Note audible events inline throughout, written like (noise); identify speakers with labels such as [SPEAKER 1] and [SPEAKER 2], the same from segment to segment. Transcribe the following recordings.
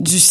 [SPEAKER 1] Du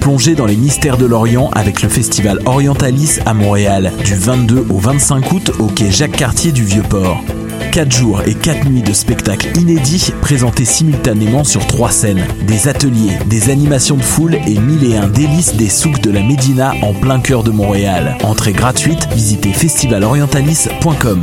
[SPEAKER 2] Plongez dans les mystères de l'Orient avec le festival Orientalis à Montréal du 22 au 25 août au quai Jacques Cartier du Vieux-Port. 4 jours et 4 nuits de spectacles inédits présentés simultanément sur trois scènes. Des ateliers, des animations de foule et mille et un délices des souks de la Médina en plein cœur de Montréal. Entrée gratuite, visitez festivalorientalis.com.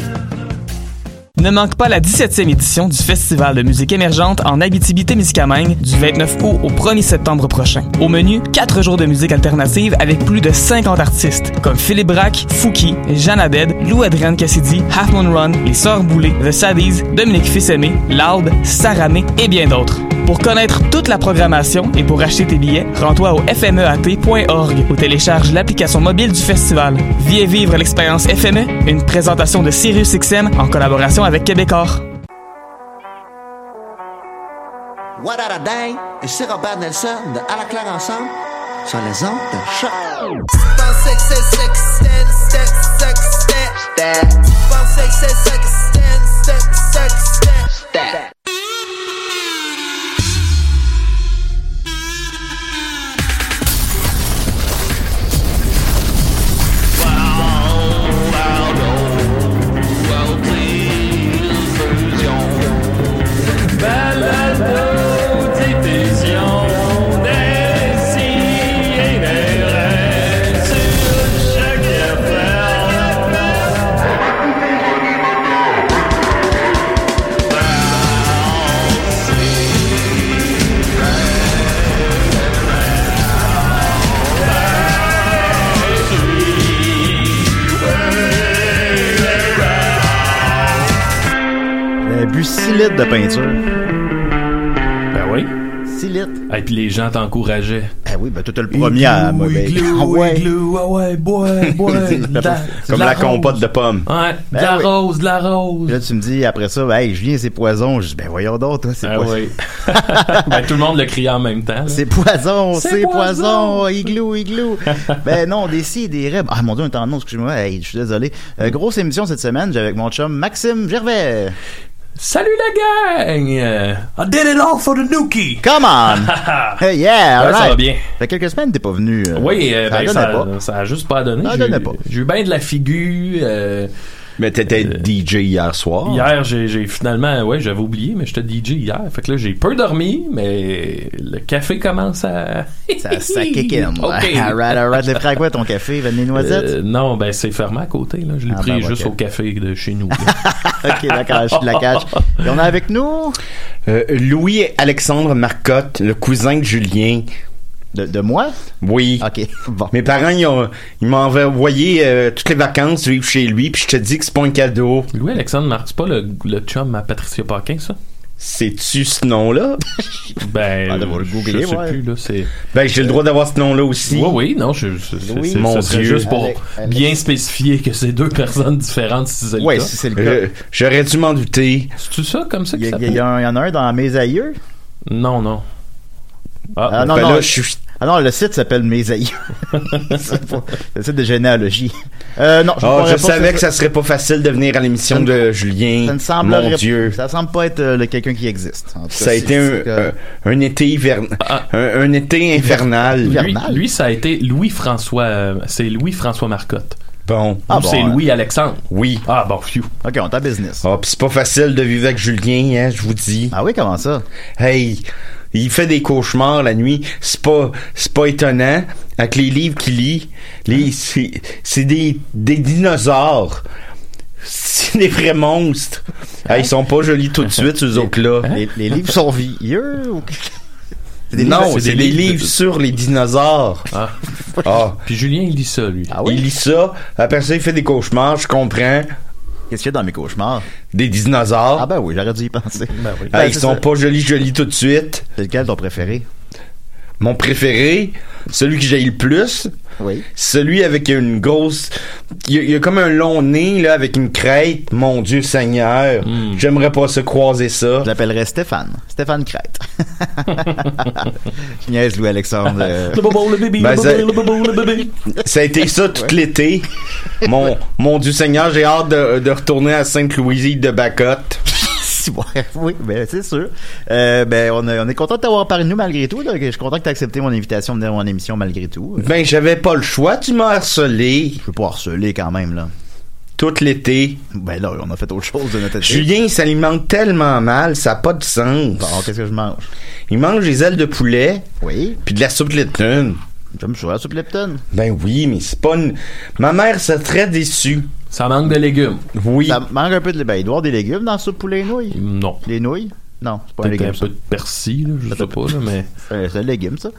[SPEAKER 3] Ne manque pas la 17e édition du Festival de musique émergente en Abitibi-Témiscamingue du 29 août au 1er septembre prochain. Au menu, 4 jours de musique alternative avec plus de 50 artistes comme Philippe Braque, Fouki, Jeanne Abed, Lou Adrienne Cassidy, Half Moon Run, Les Sœurs Boulay, The Sadies, Dominique Fils-Aimé, Loud, Saramé et bien d'autres. Pour connaître toute la programmation et pour acheter tes billets, rends-toi au E fmeat.org ou télécharge l'application mobile du festival. Viens vivre l'expérience FME, une présentation de Sirius XM en collaboration avec Québecor.
[SPEAKER 4] What a day? Ici Robert Nelson de À la claire ensemble sur les ondes de choc.
[SPEAKER 5] J'avais bu 6 litres de peinture.
[SPEAKER 6] Ben oui.
[SPEAKER 5] 6 litres.
[SPEAKER 6] Et puis les gens t'encourageaient.
[SPEAKER 5] Ah oui, ben toi, t'es le premier à mauvais. Ah ouais.
[SPEAKER 6] ah ouais,
[SPEAKER 5] (laughs)
[SPEAKER 6] boy, boy. de la-
[SPEAKER 5] Comme
[SPEAKER 6] de
[SPEAKER 5] la compote de pommes.
[SPEAKER 6] Ouais, de
[SPEAKER 5] Ben
[SPEAKER 6] la
[SPEAKER 5] oui.
[SPEAKER 6] rose, de la rose.
[SPEAKER 5] Là, tu me dis après ça, ben, hey, Julien, c'est poison. Je dis, ben voyons donc, toi, c'est
[SPEAKER 6] Ah
[SPEAKER 5] poison. (laughs)
[SPEAKER 6] oui. ben tout le monde le criait en même temps. là.
[SPEAKER 5] C'est poison,
[SPEAKER 6] C'est
[SPEAKER 5] c'est poison,
[SPEAKER 6] poison.
[SPEAKER 5] igloo, igloo. ben non, des si, des rêves. Ah mon dieu, un temps non, excuse-moi, hey, je suis désolé. Euh, grosse émission cette semaine, j'ai avec mon chum Maxime Gervais.
[SPEAKER 6] Salut la gang! Euh, I did it all for the Nuki! (laughs)
[SPEAKER 5] Come on! Hey, yeah,
[SPEAKER 6] Ouais,
[SPEAKER 5] alright.
[SPEAKER 6] ça va bien.
[SPEAKER 5] Fait quelques semaines, t'es pas venu. euh,
[SPEAKER 6] Oui, euh,
[SPEAKER 5] ça
[SPEAKER 6] ben,
[SPEAKER 5] donnait
[SPEAKER 6] ça,
[SPEAKER 5] pas.
[SPEAKER 6] ça a juste pas donné.
[SPEAKER 5] Ça
[SPEAKER 6] J'ai-
[SPEAKER 5] donnait pas.
[SPEAKER 6] J'ai eu bien de la figure. euh,
[SPEAKER 7] Mais t'étais DJ hier soir.
[SPEAKER 6] Hier, j'ai j'ai finalement, ouais, j'avais oublié, mais j'étais DJ hier. Fait que là, j'ai peu dormi, mais le café commence à. (laughs)
[SPEAKER 5] Ça, ça kick in.
[SPEAKER 6] Ok.
[SPEAKER 5] alright, alright. Les frères, quoi, ton café, vanille noisette?
[SPEAKER 6] Euh, non, ben c'est fermé à côté. Là. Je l'ai
[SPEAKER 5] Ah,
[SPEAKER 6] pris
[SPEAKER 5] ben, ouais,
[SPEAKER 6] juste
[SPEAKER 5] ok.
[SPEAKER 6] au café de chez nous. là.
[SPEAKER 5] ok, la cache, la cache. Et on a avec nous?
[SPEAKER 7] Euh, Louis Alexandre Marcotte, le cousin de Julien.
[SPEAKER 5] De, de moi?
[SPEAKER 7] Oui.
[SPEAKER 5] Ok, (laughs) bon.
[SPEAKER 7] Mes parents, ils, ont- ils m'ont envoyé euh, toutes les vacances vivre chez lui, puis je te dis que c'est pas un cadeau.
[SPEAKER 6] Louis-Alexandre Marc, c'est pas le, le chum à Patricia Paquin, ça?
[SPEAKER 7] C'est-tu ce nom-là?
[SPEAKER 6] Ben,
[SPEAKER 5] Ah, d'avoir le googler,
[SPEAKER 6] je sais
[SPEAKER 5] ouais.
[SPEAKER 6] plus, là, c'est...
[SPEAKER 7] Ben, j'ai le droit d'avoir ce nom-là aussi.
[SPEAKER 6] Oui, oui, non, je, je- c'est-
[SPEAKER 5] Louis.
[SPEAKER 6] c'est-
[SPEAKER 7] Mon
[SPEAKER 6] ce serait
[SPEAKER 7] Dieu.
[SPEAKER 6] juste pour
[SPEAKER 5] Alex- Alex.
[SPEAKER 6] bien spécifier que c'est deux personnes différentes si c'est le
[SPEAKER 5] Ouais,
[SPEAKER 6] cas.
[SPEAKER 5] si c'est le
[SPEAKER 7] Euh,
[SPEAKER 5] cas.
[SPEAKER 7] J'aurais dû m'en douter.
[SPEAKER 6] C'est-tu ça, comme ça
[SPEAKER 5] Il
[SPEAKER 6] que
[SPEAKER 5] y,
[SPEAKER 6] ça
[SPEAKER 5] a- il y
[SPEAKER 6] s'appelle?
[SPEAKER 5] a un- il y en a un dans Mes aïeux.
[SPEAKER 6] Non, non.
[SPEAKER 5] Ah,
[SPEAKER 6] Ah,
[SPEAKER 5] non,
[SPEAKER 7] ben
[SPEAKER 5] non,
[SPEAKER 7] là,
[SPEAKER 5] euh,
[SPEAKER 7] je suis...
[SPEAKER 5] Ah non, le site s'appelle Mes aïeux. (laughs) C'est pas- le site de généalogie. Euh, non, je,
[SPEAKER 7] Ah,
[SPEAKER 5] pourrais
[SPEAKER 7] je
[SPEAKER 5] pas-
[SPEAKER 7] savais que ça serait pas facile de venir à l'émission
[SPEAKER 5] Ça ne-
[SPEAKER 7] de Julien.
[SPEAKER 5] Ça ne semblerait-
[SPEAKER 7] Mon Dieu.
[SPEAKER 5] Ça semble pas être euh, le quelqu'un qui existe. En tout cas,
[SPEAKER 7] Ça a
[SPEAKER 5] c'est-
[SPEAKER 7] été un,
[SPEAKER 5] c'est que-
[SPEAKER 7] euh, un été hivern-
[SPEAKER 6] Ah.
[SPEAKER 7] un, un été
[SPEAKER 5] Hiver-
[SPEAKER 7] infernal.
[SPEAKER 6] lui,
[SPEAKER 5] Bernal.
[SPEAKER 6] lui, ça a été Louis-François... euh, c'est Louis-François Marcotte.
[SPEAKER 7] Bon,
[SPEAKER 5] Ah
[SPEAKER 6] Ou
[SPEAKER 5] bon,
[SPEAKER 6] c'est
[SPEAKER 5] hein.
[SPEAKER 6] Louis-Alexandre.
[SPEAKER 7] oui.
[SPEAKER 6] Ah, bon, phew.
[SPEAKER 5] Ok, on t'a business.
[SPEAKER 7] Ah, pis c'est pas facile de vivre avec Julien, hein, je vous dis.
[SPEAKER 5] Ah oui, comment ça?
[SPEAKER 7] Hey,
[SPEAKER 5] Il fait des cauchemars la nuit. C'est pas, c'est pas étonnant. Avec les livres qu'il lit,
[SPEAKER 2] Hein?
[SPEAKER 5] les, c'est, c'est des, des dinosaures. C'est des vrais monstres. Ah, ils sont pas jolis tout de suite, ces autres-là.
[SPEAKER 2] Hein? Les, les livres sont vieux ou
[SPEAKER 5] non,
[SPEAKER 6] c'est
[SPEAKER 5] c'est
[SPEAKER 6] des
[SPEAKER 5] des,
[SPEAKER 6] livres
[SPEAKER 5] livres
[SPEAKER 6] de-
[SPEAKER 5] sur les dinosaures.
[SPEAKER 6] Ah.
[SPEAKER 5] (laughs) Ah.
[SPEAKER 6] Puis Julien, il lit ça, lui.
[SPEAKER 2] Ah
[SPEAKER 5] Il lit ça, après ça, il fait des cauchemars, je comprends.
[SPEAKER 2] Qu'est-ce qu'il y a dans mes cauchemars?
[SPEAKER 5] Des dinosaures.
[SPEAKER 2] Ah ben oui, j'aurais dû y penser. Ben oui.
[SPEAKER 5] Ah, ils sont pas jolis, jolis tout de suite.
[SPEAKER 2] C'est lequel ton préféré?
[SPEAKER 5] Mon préféré, celui que j'ai le plus,
[SPEAKER 2] Oui.
[SPEAKER 5] celui avec une grosse... Il y, a- il y a comme un long nez, là, avec une crête. Mon Dieu Seigneur,
[SPEAKER 6] Mm.
[SPEAKER 5] j'aimerais pas se croiser ça.
[SPEAKER 2] Je l'appellerais Stéphane. Stéphane Crête. (laughs) Je niaise Louis-Alexandre. euh,
[SPEAKER 6] Le bobo, le bébé,
[SPEAKER 5] Ben,
[SPEAKER 6] le bobo,
[SPEAKER 5] c'est-
[SPEAKER 6] le bobo, le bébé.
[SPEAKER 5] Ça a
[SPEAKER 2] (laughs)
[SPEAKER 5] été ça tout l'été. Mon, mon Dieu Seigneur, j'ai hâte de, de retourner à Sainte-Louisie de Bacotte.
[SPEAKER 2] si, (laughs) ouais, oui, ben c'est sûr. Euh, ben, on, est- on est content de t'avoir parlé de nous malgré tout. là. Je suis content que tu accepté mon invitation de venir à mon émission malgré tout. Euh,
[SPEAKER 5] Ben, j'avais pas le choix, tu m'as harcelé
[SPEAKER 2] Je peux pas harceler quand même, là.
[SPEAKER 5] tout l'été.
[SPEAKER 2] Ben là, on a fait autre chose de notre été.
[SPEAKER 5] Julien, il s'alimente tellement mal, ça n'a pas de sens.
[SPEAKER 2] Bon, qu'est-ce que je mange?
[SPEAKER 5] Il mange des ailes de poulet,
[SPEAKER 2] Oui,
[SPEAKER 5] puis de la soupe Lipton.
[SPEAKER 2] j'aime souvent la soupe Lepton.
[SPEAKER 5] Ben oui, mais c'est pas une... Ma mère serait très déçue.
[SPEAKER 6] Ça manque de légumes.
[SPEAKER 5] Oui.
[SPEAKER 2] Ça manque un peu de... Ben, il doit y avoir des légumes dans la soupe poulet et nouilles.
[SPEAKER 6] Non.
[SPEAKER 2] Des nouilles? Non, c'est pas un
[SPEAKER 6] Peut-être un
[SPEAKER 2] légume, ça.
[SPEAKER 6] peu de persil, là, je sais pas, là, mais.
[SPEAKER 2] Euh, c'est un légume, ça.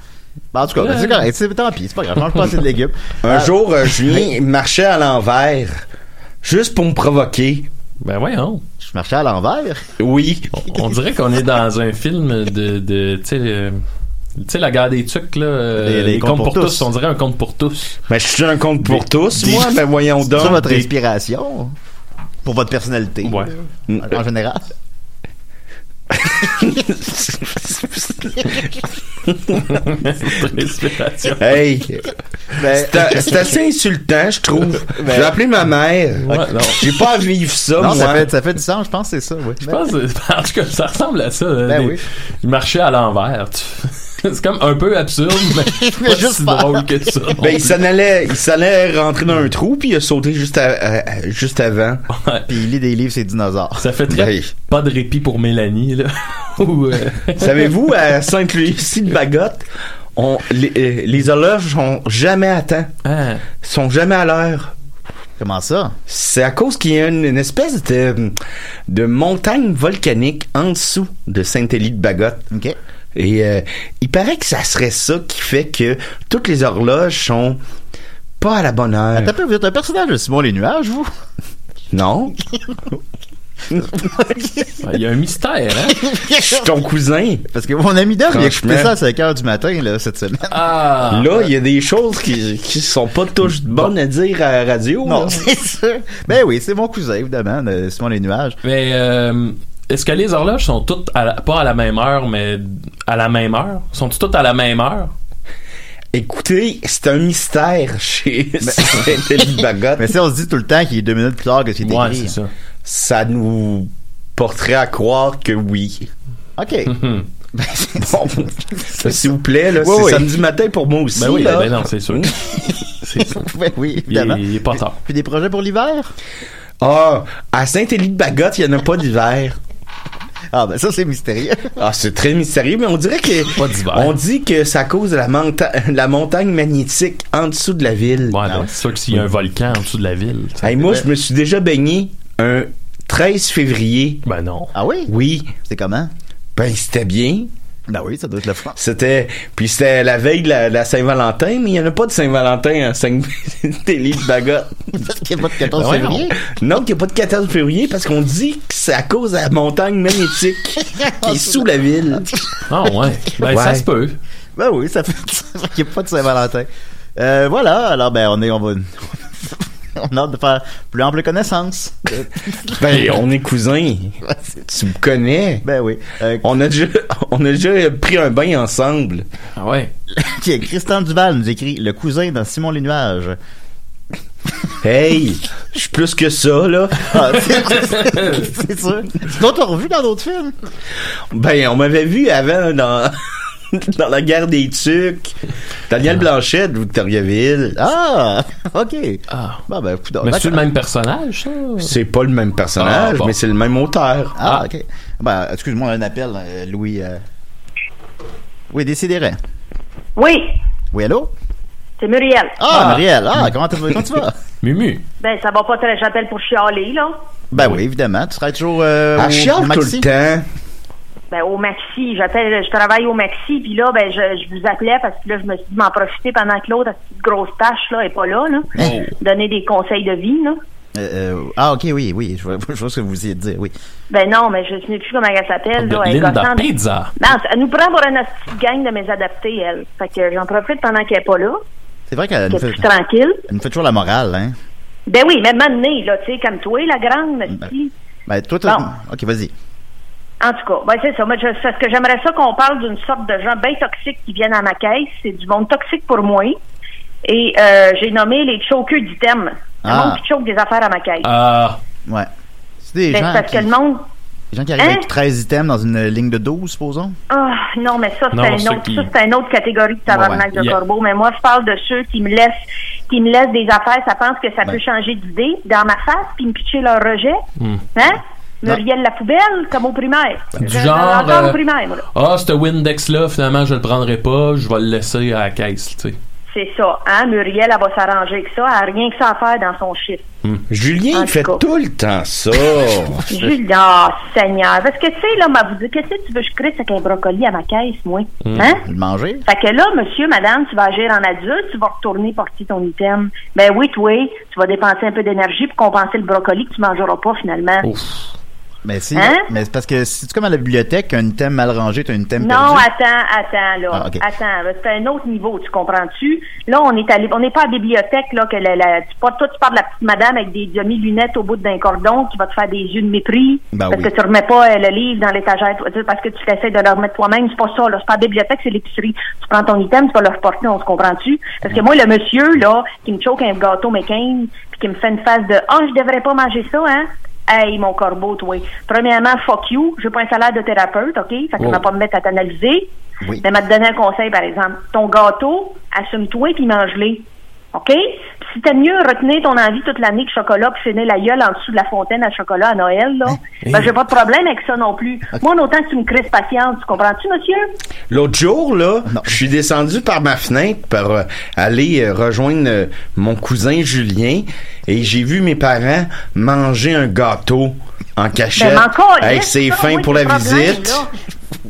[SPEAKER 2] Ben, en tout cas, ben, c'est
[SPEAKER 6] Ouais.
[SPEAKER 2] correct. C'est- Tant pis, c'est pas grave. Je mange pas assez de légumes.
[SPEAKER 5] Un jour, euh, Julien marchait à l'envers, juste pour me provoquer.
[SPEAKER 6] Ben voyons.
[SPEAKER 2] Je marchais à l'envers.
[SPEAKER 5] Oui.
[SPEAKER 6] On dirait qu'on est dans un film de. de tu sais, euh, tu sais, la guerre des tucs, là. euh,
[SPEAKER 2] Les- les
[SPEAKER 6] les comptes pour tous. On dirait un compte pour tous.
[SPEAKER 5] Mais Ben, je suis un compte pour
[SPEAKER 2] Des-
[SPEAKER 5] tous,
[SPEAKER 2] des-
[SPEAKER 5] moi.
[SPEAKER 2] (laughs)
[SPEAKER 5] Ben voyons
[SPEAKER 2] C'est
[SPEAKER 5] donc.
[SPEAKER 2] ça votre
[SPEAKER 5] Des-
[SPEAKER 2] inspiration? Pour votre personnalité.
[SPEAKER 6] Ouais.
[SPEAKER 2] En, en général.
[SPEAKER 6] Votre inspiration.
[SPEAKER 5] Hey,
[SPEAKER 2] Ben,
[SPEAKER 5] c'est a- c'est assez insultant,
[SPEAKER 2] (laughs)
[SPEAKER 5] je trouve. J'ai appelé ma mère.
[SPEAKER 6] Ouais, non.
[SPEAKER 5] J'ai pas à vivre ça,
[SPEAKER 2] non,
[SPEAKER 5] moi.
[SPEAKER 2] ça fait, ça fait du sens, je pense que c'est ça, oui.
[SPEAKER 6] Je pense que- en tout cas, ça ressemble à ça. là,
[SPEAKER 2] Ben
[SPEAKER 6] des-
[SPEAKER 2] oui.
[SPEAKER 6] Il marchait à l'envers. tu- (laughs) C'est comme un peu absurde, mais pas
[SPEAKER 2] juste
[SPEAKER 6] si
[SPEAKER 2] faire.
[SPEAKER 6] drôle que ça.
[SPEAKER 5] Ben, il s'en allait, il s'en allait rentrer dans un trou, puis il a sauté juste, à- à- à- juste avant.
[SPEAKER 6] Ouais.
[SPEAKER 2] Puis il lit des livres, c'est dinosaures.
[SPEAKER 6] Ça fait très
[SPEAKER 5] Ben.
[SPEAKER 6] pas de répit pour Mélanie, là. (laughs) Ou, euh,
[SPEAKER 5] (laughs) Savez-vous, à Sainte-Lucie de Bagotte, on, les, euh, les horloges sont jamais à temps,
[SPEAKER 6] hein,
[SPEAKER 5] sont jamais à l'heure.
[SPEAKER 2] Comment ça?
[SPEAKER 5] C'est à cause qu'il y a une, une espèce de, de montagne volcanique en dessous de Sainte-Élie de Bagotte.
[SPEAKER 2] OK.
[SPEAKER 5] Et euh, il paraît que ça serait ça qui fait que toutes les horloges sont pas à la bonne heure.
[SPEAKER 2] Attends, un peu, vous êtes un personnage de Simon Les Nuages, vous?
[SPEAKER 5] Non,
[SPEAKER 6] ouais, Il y a un mystère,
[SPEAKER 2] (laughs)
[SPEAKER 6] hein?
[SPEAKER 5] je suis ton cousin.
[SPEAKER 2] Parce que mon ami Dom, il a écouté
[SPEAKER 5] Franchement.
[SPEAKER 2] ça à 5 h du matin, là, cette semaine.
[SPEAKER 6] Ah!
[SPEAKER 5] là, il y a des choses qui, qui sont pas toutes bonnes à dire à la radio.
[SPEAKER 2] Non, (laughs)
[SPEAKER 5] là.
[SPEAKER 2] c'est sûr. Ben oui, c'est mon cousin, évidemment, de Simon Les Nuages.
[SPEAKER 6] Mais euh, est-ce que les horloges sont toutes à la- pas à la même heure, mais à la même heure? sont toutes à la même heure?
[SPEAKER 5] Écoutez, c'est un mystère chez Sainte-Élie de Bagotte.
[SPEAKER 2] Mais si on se dit tout le temps qu'il est deux minutes plus tard que ce qui est
[SPEAKER 6] Ouais,
[SPEAKER 2] écrit.
[SPEAKER 6] c'est ça.
[SPEAKER 5] ça nous porterait à croire que oui.
[SPEAKER 6] (laughs)
[SPEAKER 2] OK. Ben,
[SPEAKER 6] Mhm.
[SPEAKER 5] Bon, s'il vous plaît, là,
[SPEAKER 2] Oui,
[SPEAKER 5] c'est
[SPEAKER 2] oui.
[SPEAKER 5] samedi matin pour moi aussi.
[SPEAKER 6] Ben oui,
[SPEAKER 5] là.
[SPEAKER 6] ben non, c'est
[SPEAKER 2] (laughs)
[SPEAKER 6] sûr. c'est sûr.
[SPEAKER 2] Ben oui,
[SPEAKER 6] Il,
[SPEAKER 2] évidemment.
[SPEAKER 6] il est pas tard.
[SPEAKER 2] Puis des projets pour l'hiver?
[SPEAKER 5] Ah, à Saint-Élie-de-Bagotte, il n'y en a pas d'hiver.
[SPEAKER 2] Ah ben ça c'est mystérieux.
[SPEAKER 5] Ah, c'est très mystérieux, mais on dirait que
[SPEAKER 6] Pas d'hiver.
[SPEAKER 5] on dit que c'est à cause de la, monta- la montagne magnétique en dessous de la ville.
[SPEAKER 6] Ouais, ben, c'est sûr que s'il y a un volcan en dessous de la ville. tu sais.
[SPEAKER 5] Hey, moi, je me suis déjà baigné un 13 février.
[SPEAKER 6] Ben non.
[SPEAKER 2] Ah oui?
[SPEAKER 5] Oui,
[SPEAKER 2] C'est comment?
[SPEAKER 5] ben c'était bien.
[SPEAKER 2] Ben oui, ça doit être le fun.
[SPEAKER 5] C'était puis c'était la veille de la, de la Saint-Valentin, mais il n'y en a pas de Saint-Valentin
[SPEAKER 2] Ah,
[SPEAKER 5] à (laughs) Saint-Élie-de-Bagotte.
[SPEAKER 2] Parce qu'il n'y a pas de 14
[SPEAKER 6] Ben ouais,
[SPEAKER 2] février.
[SPEAKER 5] Non, qu'il n'y a pas de 14 février parce qu'on dit que c'est à cause de la montagne magnétique qui est sous la ville.
[SPEAKER 6] Ah ouais. Ben ça
[SPEAKER 5] Ouais.
[SPEAKER 6] se peut.
[SPEAKER 2] Ben oui, ça fait ça fait qu'il n'y a pas de Saint-Valentin. Euh, voilà, alors ben on est on va (laughs) on a hâte de faire plus ample connaissance.
[SPEAKER 5] (laughs) Ben, on est cousins. Tu me connais.
[SPEAKER 2] Ben oui. Euh,
[SPEAKER 5] On a déjà, (laughs) on a déjà pris un bain ensemble.
[SPEAKER 6] Ah ouais.
[SPEAKER 2] ok, Christian Duval nous écrit le cousin dans Simon les nuages.
[SPEAKER 5] Hey, je suis plus que ça, là.
[SPEAKER 2] Ah, c'est c'est sûr. C'est qu'on t'a revu dans d'autres films.
[SPEAKER 5] Ben, on m'avait vu avant dans, (laughs) dans la guerre des Tucs. Daniel Blanchet de Victoriaville.
[SPEAKER 2] Ah, ok.
[SPEAKER 6] Ah.
[SPEAKER 2] Bon, ben, coudonc,
[SPEAKER 6] Mais c'est le
[SPEAKER 2] d'accord.
[SPEAKER 6] même personnage, ça?
[SPEAKER 5] C'est pas le même personnage,
[SPEAKER 6] Ah, bon.
[SPEAKER 5] mais c'est le même auteur.
[SPEAKER 2] hein. Ah, ok. Ben, excuse-moi, on a un appel, euh, Louis. euh.
[SPEAKER 8] Oui, décidérez.
[SPEAKER 5] Oui,
[SPEAKER 8] Oui, allô?
[SPEAKER 5] c'est Muriel.
[SPEAKER 8] Ah, Marielle, ah, comment, tu- comment tu
[SPEAKER 5] (laughs)
[SPEAKER 8] vas?
[SPEAKER 3] Mumu.
[SPEAKER 5] Ben, ça va pas très j'appelle pour chialer, là.
[SPEAKER 8] ben oui, évidemment, tu serais toujours euh,
[SPEAKER 7] Elle
[SPEAKER 8] au
[SPEAKER 7] Ah, chiale tout
[SPEAKER 8] maxi.
[SPEAKER 7] le temps.
[SPEAKER 5] Ben, au maxi, j'appelle, je travaille au maxi, puis là, ben, je, je vous appelais parce que là, je me suis dit m'en profiter pendant que l'autre, cette petite grosse tâche, là, est pas là, là.
[SPEAKER 3] Oh.
[SPEAKER 5] Donner des conseils de vie, là.
[SPEAKER 8] Euh, euh, ah, ok, oui, oui, je vois, (laughs) je vois ce que vous vouliez dire, oui.
[SPEAKER 5] Ben, non, mais je ne sais plus comment elle s'appelle, là. Elle est
[SPEAKER 3] Linda
[SPEAKER 5] gossante.
[SPEAKER 3] Pizza.
[SPEAKER 5] Non, elle nous prend pour une petite gang de mes adaptés, elle. Fait que j'en profite pendant qu'elle est pas là,
[SPEAKER 8] C'est vrai qu'elle
[SPEAKER 5] qu'elle
[SPEAKER 8] nous,
[SPEAKER 5] est
[SPEAKER 8] fait-
[SPEAKER 5] plus tranquille.
[SPEAKER 8] elle nous fait toujours la morale, hein?
[SPEAKER 5] Ben oui, même année, là, tu sais, comme toi, la grande, si.
[SPEAKER 8] Ben, toi, toi.
[SPEAKER 5] Bon.
[SPEAKER 8] Ok, vas-y.
[SPEAKER 5] En tout cas, ben c'est ça. Moi, je, parce que j'aimerais ça qu'on parle d'une sorte de gens bien toxiques qui viennent à ma caisse. C'est du monde toxique pour moi. Et euh, j'ai nommé les chokeux d'items. Le
[SPEAKER 8] Ah.
[SPEAKER 5] monde qui choque des affaires à ma caisse.
[SPEAKER 3] Ah,
[SPEAKER 8] Ouais. C'est des
[SPEAKER 5] Ben, c'est
[SPEAKER 8] gens
[SPEAKER 5] parce
[SPEAKER 8] qui,
[SPEAKER 5] que le monde...
[SPEAKER 8] des gens qui arrivent
[SPEAKER 5] Hein?
[SPEAKER 8] avec 13 items dans une ligne de 12, supposons.
[SPEAKER 5] Ah, non, mais ça, c'est
[SPEAKER 3] Non,
[SPEAKER 5] un
[SPEAKER 3] ceux
[SPEAKER 5] autre,
[SPEAKER 3] qui-
[SPEAKER 5] ça, c'est une autre catégorie de tabarnak
[SPEAKER 3] Ouais, ouais.
[SPEAKER 5] de
[SPEAKER 3] Yeah.
[SPEAKER 5] corbeau. Mais moi, je parle de ceux qui me laissent qui me laissent des affaires. Ça pense que ça
[SPEAKER 8] Ben.
[SPEAKER 5] peut changer d'idée dans ma face, puis me pitcher leur rejet. Hein?
[SPEAKER 8] Non.
[SPEAKER 5] Muriel la poubelle, comme au primaire.
[SPEAKER 3] Hmm. Du
[SPEAKER 5] Je-
[SPEAKER 3] genre,
[SPEAKER 5] Encore
[SPEAKER 3] euh,
[SPEAKER 5] au primaire, moi, là.
[SPEAKER 3] ah, ce Windex-là, finalement, je le prendrai pas, je vais le laisser à la caisse, tu sais.
[SPEAKER 5] C'est ça, hein? Muriel, elle va s'arranger avec ça. Elle a rien que ça à faire dans son chiffre.
[SPEAKER 7] Hum. Julien,
[SPEAKER 5] En
[SPEAKER 7] il fait
[SPEAKER 5] tout cas.
[SPEAKER 7] tout le temps ça.
[SPEAKER 5] (laughs) Juste, ah, Seigneur. Parce que, tu sais, là, m'a vous dit, qu'est-ce que tu veux que je crisse avec un brocoli à ma caisse, moi?
[SPEAKER 7] Hum.
[SPEAKER 5] Hein?
[SPEAKER 8] Le manger.
[SPEAKER 5] Fait que là, monsieur, madame, tu vas agir en adulte, tu vas retourner porter ton item. Ben oui, toi, tu vas dépenser un peu d'énergie pour compenser le brocoli que tu mangeras pas, finalement.
[SPEAKER 7] Oh.
[SPEAKER 8] Mais si,
[SPEAKER 5] Hein?
[SPEAKER 8] mais c'est parce que si tu comme à la bibliothèque, un item mal rangé, t'as un item
[SPEAKER 5] Non,
[SPEAKER 8] perdu.
[SPEAKER 5] attends, attends, là.
[SPEAKER 8] Ah, ok.
[SPEAKER 5] Attends, là, c'est un autre niveau, tu comprends-tu? Là, on est allé, on n'est pas à la bibliothèque, là, que la, la- tu, parles- toi, tu parles de la petite madame avec des demi-lunettes au bout d'un cordon qui va te faire des yeux de mépris.
[SPEAKER 8] Ben
[SPEAKER 5] parce
[SPEAKER 8] oui.
[SPEAKER 5] que tu remets pas euh, le livre dans l'étagère, toi, tu sais, parce que tu essaies de le remettre toi-même. C'est pas ça, là. C'est pas à la bibliothèque, c'est l'épicerie. Tu prends ton item, tu vas le reporter, on se comprend-tu? Parce que moi, le monsieur, là, qui me choque un gâteau McCain, puis qui me fait une face de, ah, je devrais pas manger ça, hein? Hey, mon corbeau, toi. Premièrement, fuck you. J'ai pas un salaire de thérapeute, OK? Fait que
[SPEAKER 3] Oh.
[SPEAKER 5] m'a pas me mettre à t'analyser.
[SPEAKER 8] Oui.
[SPEAKER 5] Mais Ben, m'a te donner un conseil, par exemple. Ton gâteau, assume-toi puis mange-le. OK? Puis si t'aimes mieux retenir ton envie toute l'année de chocolat puis finir la gueule en dessous de la fontaine à chocolat à Noël, là, ben j'ai pas de problème avec ça non plus. Moi, en autant que tu me crises patience, tu comprends-tu, monsieur?
[SPEAKER 7] L'autre jour, là, je suis descendu par ma fenêtre pour euh, aller euh, rejoindre euh, mon cousin Julien et j'ai vu mes parents manger un gâteau en cachette
[SPEAKER 5] Ben, encore,
[SPEAKER 7] avec ses fins pour la visite.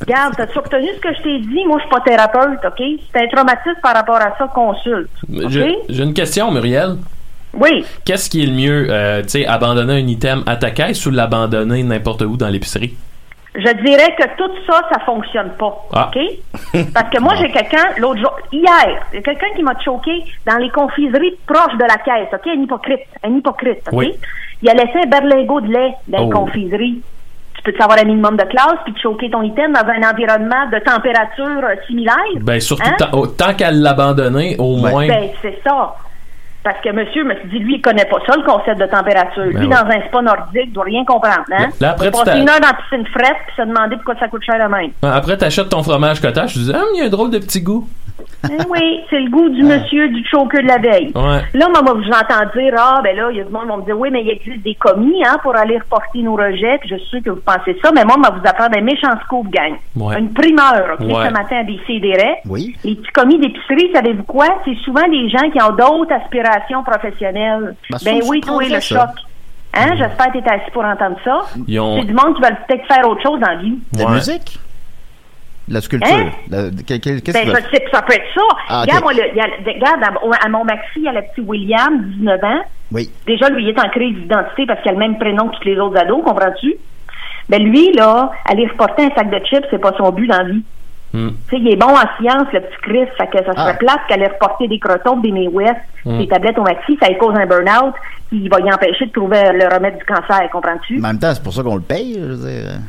[SPEAKER 5] Regarde, t'as-tu retenu ce que je t'ai dit? Moi, je suis pas thérapeute, OK? Si t'as un traumatisme par rapport à ça, consulte.
[SPEAKER 3] Mais
[SPEAKER 5] OK?
[SPEAKER 3] j'ai- J'ai une question, Muriel.
[SPEAKER 5] Oui.
[SPEAKER 3] Qu'est-ce qui est le mieux, euh, tu sais, abandonner un item à ta caisse ou l'abandonner n'importe où dans l'épicerie?
[SPEAKER 5] Je dirais que tout ça, ça fonctionne pas.
[SPEAKER 3] Ah.
[SPEAKER 5] OK? Parce que moi, j'ai quelqu'un, l'autre jour, hier, il y a quelqu'un qui m'a choqué dans les confiseries proches de la caisse. OK? Un hypocrite. Un hypocrite. OK?
[SPEAKER 3] Oui.
[SPEAKER 5] Il a laissé un berlingot de lait dans
[SPEAKER 3] Oh.
[SPEAKER 5] les confiseries. Tu peux te savoir un minimum de classe puis te choquer ton item dans un environnement de température euh, similaire.
[SPEAKER 3] Ben, surtout,
[SPEAKER 5] Hein?
[SPEAKER 3] tant, oh, tant qu'à l'abandonner, au moins.
[SPEAKER 5] Ben, c'est ça. Parce que monsieur, je me suis dit, lui, il connaît pas ça, le concept de température.
[SPEAKER 3] Ben
[SPEAKER 5] lui,
[SPEAKER 3] ouais. Ben,
[SPEAKER 5] dans un spa nordique, il doit rien comprendre, hein?
[SPEAKER 3] Là, après,
[SPEAKER 5] Il
[SPEAKER 3] tu
[SPEAKER 5] a passé
[SPEAKER 3] t'as-
[SPEAKER 5] une heure dans la piscine frette, puis se demander pourquoi ça coûte cher de même.
[SPEAKER 3] Après, t'achètes ton fromage cottage, tu dis, ah, mais il y a un drôle de petit goût.
[SPEAKER 5] Eh oui, c'est le goût du monsieur du choker de la veille.
[SPEAKER 3] Ouais.
[SPEAKER 5] Là, maman, vous entends dire, ah, ben là, il y a du monde qui vont me dire, oui, mais il existe des commis, hein, pour aller reporter nos rejets, puis je suis sûr que vous pensez ça, mais moi, on va vous apprendre un méchant scoop, gang.
[SPEAKER 3] Ouais.
[SPEAKER 5] Une primeur, OK,
[SPEAKER 3] Ouais.
[SPEAKER 5] ce matin à des CDR.
[SPEAKER 8] Oui.
[SPEAKER 5] Les petits commis d'épicerie, savez-vous quoi? C'est souvent des gens qui ont d'autres aspirations professionnelles.
[SPEAKER 8] Ben,
[SPEAKER 2] Bah,
[SPEAKER 5] Ben,
[SPEAKER 8] ça, je
[SPEAKER 5] oui, toi,
[SPEAKER 8] prendrais ça.
[SPEAKER 5] le choc. Hein, j'espère que t'es assis pour entendre ça.
[SPEAKER 3] Ils ont-
[SPEAKER 5] C'est du monde qui veulent peut-être faire autre chose dans la vie.
[SPEAKER 8] De la
[SPEAKER 3] Ouais.
[SPEAKER 8] musique? De la sculpture?
[SPEAKER 5] Hein?
[SPEAKER 8] La- de- quel- quel- Qu'est-ce
[SPEAKER 5] Ben,
[SPEAKER 8] que tu
[SPEAKER 5] ça,
[SPEAKER 8] veux?
[SPEAKER 5] c'est- ça peut être ça.
[SPEAKER 8] Ah, ok.
[SPEAKER 5] regarde, moi, le- il y a- regarde, à, mon- à mon maxi, il y a le petit William, 19 ans.
[SPEAKER 8] Oui.
[SPEAKER 5] Déjà, lui, il est en crise d'identité parce qu'il a le même prénom que tous les autres ados, comprends-tu? Ben, lui, là, aller reporter un sac de chips, c'est pas son but dans la vie.
[SPEAKER 3] Hmm.
[SPEAKER 5] Tu sais, il est bon en sciences, le petit Chris, fait que ça
[SPEAKER 8] Ah. Hmm.
[SPEAKER 5] serait plate qu'aller reporter des crotons, des May West, des tablettes au maxi, ça lui cause un burn-out qui va y empêcher de trouver le remède du cancer, comprends-tu?
[SPEAKER 8] Mais En même temps, c'est pour ça qu'on le paye, je veux dire. hein?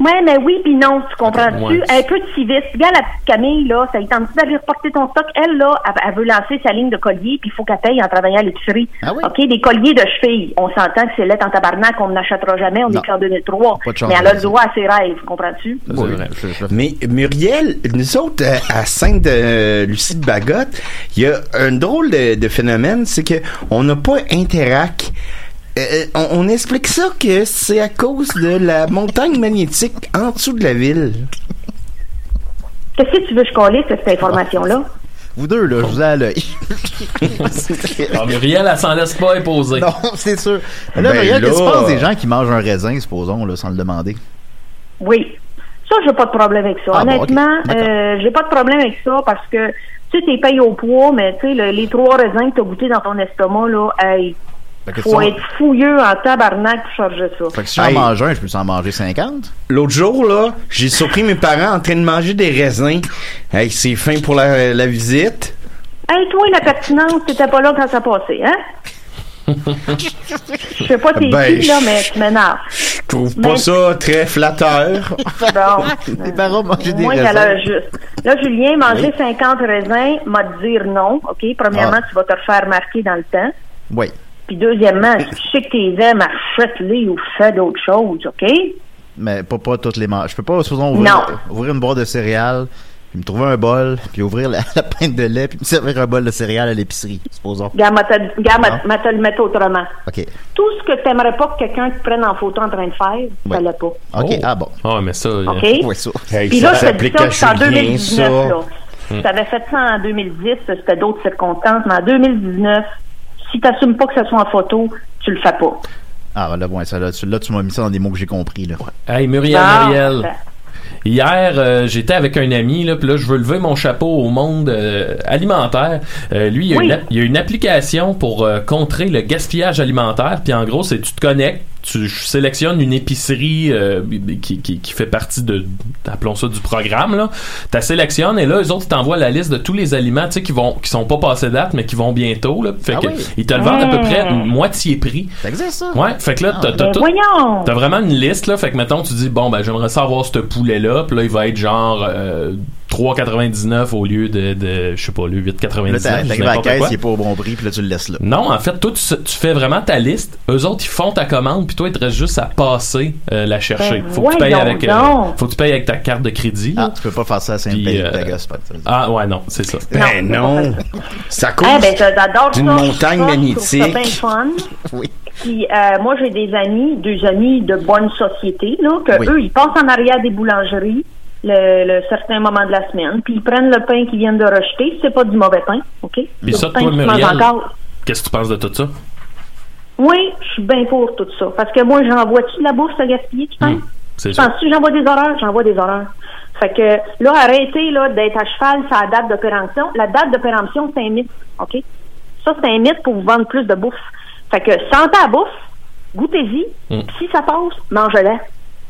[SPEAKER 5] Ouais, mais oui, puis non, tu comprends-tu?
[SPEAKER 3] Ouais.
[SPEAKER 5] Un peu de civisme. Regarde la petite Camille, là, ça lui tente d'aller reporter ton stock. Elle, là, elle, elle veut lancer sa ligne de collier, puis il faut qu'elle paye en travaillant à l'épicerie.
[SPEAKER 8] Ah oui?
[SPEAKER 5] OK, des colliers de chevilles. On s'entend que c'est lettre en tabarnak, on n'achètera jamais, on
[SPEAKER 8] Non.
[SPEAKER 5] est qu'en 2003.
[SPEAKER 8] Pas de chance,
[SPEAKER 5] mais elle a le
[SPEAKER 8] ça.
[SPEAKER 5] droit à ses rêves, comprends-tu?
[SPEAKER 3] C'est vrai.
[SPEAKER 8] Je- je-
[SPEAKER 7] Mais Muriel, nous autres, euh, à Sainte de euh, Lucie de Bagotte, il y a un drôle de, de phénomène, c'est que on n'a pas Interac. Euh, on, on explique ça que c'est à cause de la montagne magnétique en dessous de la ville.
[SPEAKER 8] Qu'est-ce que tu veux que je colisse cette information-là?
[SPEAKER 2] Vous deux, là, je vous ai à
[SPEAKER 5] (laughs)
[SPEAKER 2] l'œil.
[SPEAKER 6] Ah, Muriel, elle s'en laisse pas imposer.
[SPEAKER 2] non, (laughs) c'est sûr. Mais là,
[SPEAKER 5] Ben
[SPEAKER 2] Muriel, qu'est-ce qui se
[SPEAKER 5] là.
[SPEAKER 2] passe des gens qui mangent un raisin, supposons, là, sans le demander?
[SPEAKER 8] Oui. Ça, j'ai pas de problème avec ça.
[SPEAKER 2] Ah bon,
[SPEAKER 8] Honnêtement,
[SPEAKER 2] ok. D'accord. Bah,
[SPEAKER 8] euh, j'ai pas de problème avec ça parce que tu sais, t'es payé au poids, mais tu sais, le- les trois raisins que t'as goûté dans ton estomac, là,
[SPEAKER 5] euh,
[SPEAKER 8] hey,
[SPEAKER 2] Fait que,
[SPEAKER 8] faut
[SPEAKER 2] si on-
[SPEAKER 8] être fouilleux en tabarnak pour charger ça.
[SPEAKER 2] fait que si j'en
[SPEAKER 5] Hey.
[SPEAKER 2] mange un, je peux en manger 50?
[SPEAKER 5] L'autre jour, là, j'ai surpris mes parents en train de manger des raisins. Hey, c'est fin pour la, la visite.
[SPEAKER 8] Hey, toi, la pertinence, t'étais pas là quand ça passait, hein? Je sais pas t'es
[SPEAKER 5] Ben,
[SPEAKER 8] qui, là, mais tu m'énerves. (laughs)
[SPEAKER 5] Je trouve
[SPEAKER 8] Mais-
[SPEAKER 5] pas ça très flatteur.
[SPEAKER 8] Bon.
[SPEAKER 2] Les parents mangent des
[SPEAKER 8] Moi,
[SPEAKER 2] raisins.
[SPEAKER 8] juste. Là, Julien, manger 50 raisins, m'a te dire non, OK? Premièrement,
[SPEAKER 2] Ah.
[SPEAKER 8] tu vas te refaire marquer dans le temps.
[SPEAKER 2] Oui.
[SPEAKER 8] Puis deuxièmement, je sais que tes aimes à fêter ou fais d'autres choses, OK?
[SPEAKER 2] Mais pas, pas toutes les manches. Je peux pas, supposons, ouvrir,
[SPEAKER 8] Non.
[SPEAKER 2] ouvrir une boîte de céréales, puis me trouver un bol, puis ouvrir la, (laughs) la pinte de lait, puis me servir un bol de céréales à l'épicerie, supposons.
[SPEAKER 8] Gars, m'a te- gars, m'a-
[SPEAKER 2] Non.
[SPEAKER 8] m'a te le mettre autrement.
[SPEAKER 2] OK.
[SPEAKER 8] Tout ce que t'aimerais pas que quelqu'un te prenne en photo en train de faire, ça l'a pas.
[SPEAKER 2] OK,
[SPEAKER 6] Oh.
[SPEAKER 2] ah bon.
[SPEAKER 6] Ah, mais ça.
[SPEAKER 8] OK?
[SPEAKER 2] Ouais, ça.
[SPEAKER 5] Hey,
[SPEAKER 8] Puis là, je te dis
[SPEAKER 5] s'applique
[SPEAKER 8] ça,
[SPEAKER 5] à
[SPEAKER 8] c'est en
[SPEAKER 5] Julien,
[SPEAKER 8] 2019,
[SPEAKER 5] ça.
[SPEAKER 8] là. Tu avais fait ça en 2010, c'était d'autres circonstances, mais en 2019, si t'assumes pas que ce soit en photo, tu le fais pas.
[SPEAKER 2] Ah, ben là, ouais, ça, là, tu, là, tu m'as mis ça dans des mots que j'ai compris, là.
[SPEAKER 6] Hey, Muriel,
[SPEAKER 8] Bon,
[SPEAKER 6] Muriel.
[SPEAKER 8] parfait.
[SPEAKER 6] Hier, euh, j'étais avec un ami, là, puis là, je veux lever mon chapeau au monde euh, alimentaire. Euh, lui, il y, a
[SPEAKER 8] Oui.
[SPEAKER 6] une, app- il y a une application pour euh, contrer le gaspillage alimentaire. Puis en gros, c'est tu te connectes, tu ch- sélectionnes une épicerie euh, qui, qui- qui fait partie de, appelons ça, du programme. Là. Tu sélectionnes et là, eux autres, ils t'envoient la liste de tous les aliments tu sais, qui vont qui sont pas passés date, mais qui vont bientôt. Là. Fait
[SPEAKER 2] Ah
[SPEAKER 6] que,
[SPEAKER 2] oui.
[SPEAKER 6] Ils te le vendent à peu près
[SPEAKER 8] Mm.
[SPEAKER 6] moitié prix.
[SPEAKER 2] Ça existe, ça?
[SPEAKER 6] Ouais, fait que là,
[SPEAKER 2] Ah,
[SPEAKER 6] t'as- t'as
[SPEAKER 8] Ben
[SPEAKER 6] tout-
[SPEAKER 8] voyons!
[SPEAKER 6] T'as vraiment une liste, là. Fait que, mettons, tu dis, bon, ben, j'aimerais savoir ce poulet-là. Puis là, il va être genre euh, 3,99 au lieu de, de je sais pas, le 8,99.
[SPEAKER 2] Là, t'a-
[SPEAKER 6] je sais
[SPEAKER 2] t'arrives à la
[SPEAKER 6] n'importe
[SPEAKER 2] caisse,
[SPEAKER 6] quoi.
[SPEAKER 2] il est pas au bon prix, puis là, tu le laisses là.
[SPEAKER 6] Non, en fait, toi, tu, tu fais vraiment ta liste. Eux autres, ils font ta commande, puis toi, il te reste juste à passer euh, la chercher.
[SPEAKER 8] Ben
[SPEAKER 6] faut, que tu payes
[SPEAKER 8] voyons
[SPEAKER 6] avec, euh,
[SPEAKER 8] donc.
[SPEAKER 6] faut que tu payes avec ta carte de crédit.
[SPEAKER 2] Ah,
[SPEAKER 6] là.
[SPEAKER 2] tu peux pas faire ça à
[SPEAKER 6] Puis,
[SPEAKER 2] Saint-Pays,
[SPEAKER 6] euh,
[SPEAKER 2] ta gosse, pas-
[SPEAKER 6] Ah, ouais, non, c'est ça.
[SPEAKER 5] Ben
[SPEAKER 8] Non,
[SPEAKER 5] non. Ça coûte.
[SPEAKER 8] Eh ben, j'a- j'adore
[SPEAKER 5] D'une
[SPEAKER 8] ça.
[SPEAKER 5] montagne
[SPEAKER 8] Ça, Je
[SPEAKER 5] magnétique.
[SPEAKER 8] trouve ça
[SPEAKER 6] (laughs)
[SPEAKER 8] bien fun.
[SPEAKER 2] Oui.
[SPEAKER 8] Puis euh, moi, j'ai des amis, deux amis de bonne société, là, que
[SPEAKER 2] Oui.
[SPEAKER 8] eux, ils passent en arrière des boulangeries le, le certain moment de la semaine, puis ils prennent le pain qu'ils viennent de rejeter. C'est pas du mauvais pain, OK?
[SPEAKER 6] Puis ça,
[SPEAKER 8] Le pain
[SPEAKER 6] toi,
[SPEAKER 8] que tu manges
[SPEAKER 6] Muriel-
[SPEAKER 8] encore.
[SPEAKER 6] Qu'est-ce que tu penses de tout ça?
[SPEAKER 8] Oui, je suis bien pour tout ça. Parce que moi, j'envoie-tu de la bourse à gaspiller, tu
[SPEAKER 6] Hmm.
[SPEAKER 8] penses?
[SPEAKER 6] C'est
[SPEAKER 8] Tu
[SPEAKER 6] ça.
[SPEAKER 8] penses-tu que j'envoie des horreurs? J'envoie des horreurs. Fait que là, arrêtez là, d'être à cheval sur la date de péremption. La date de péremption, c'est un mythe, OK? Ça, c'est un mythe pour vous vendre plus de bouffe. Fait que sentez la bouffe, goûtez-y,
[SPEAKER 6] Mm.
[SPEAKER 8] puis si ça passe, mangez-la.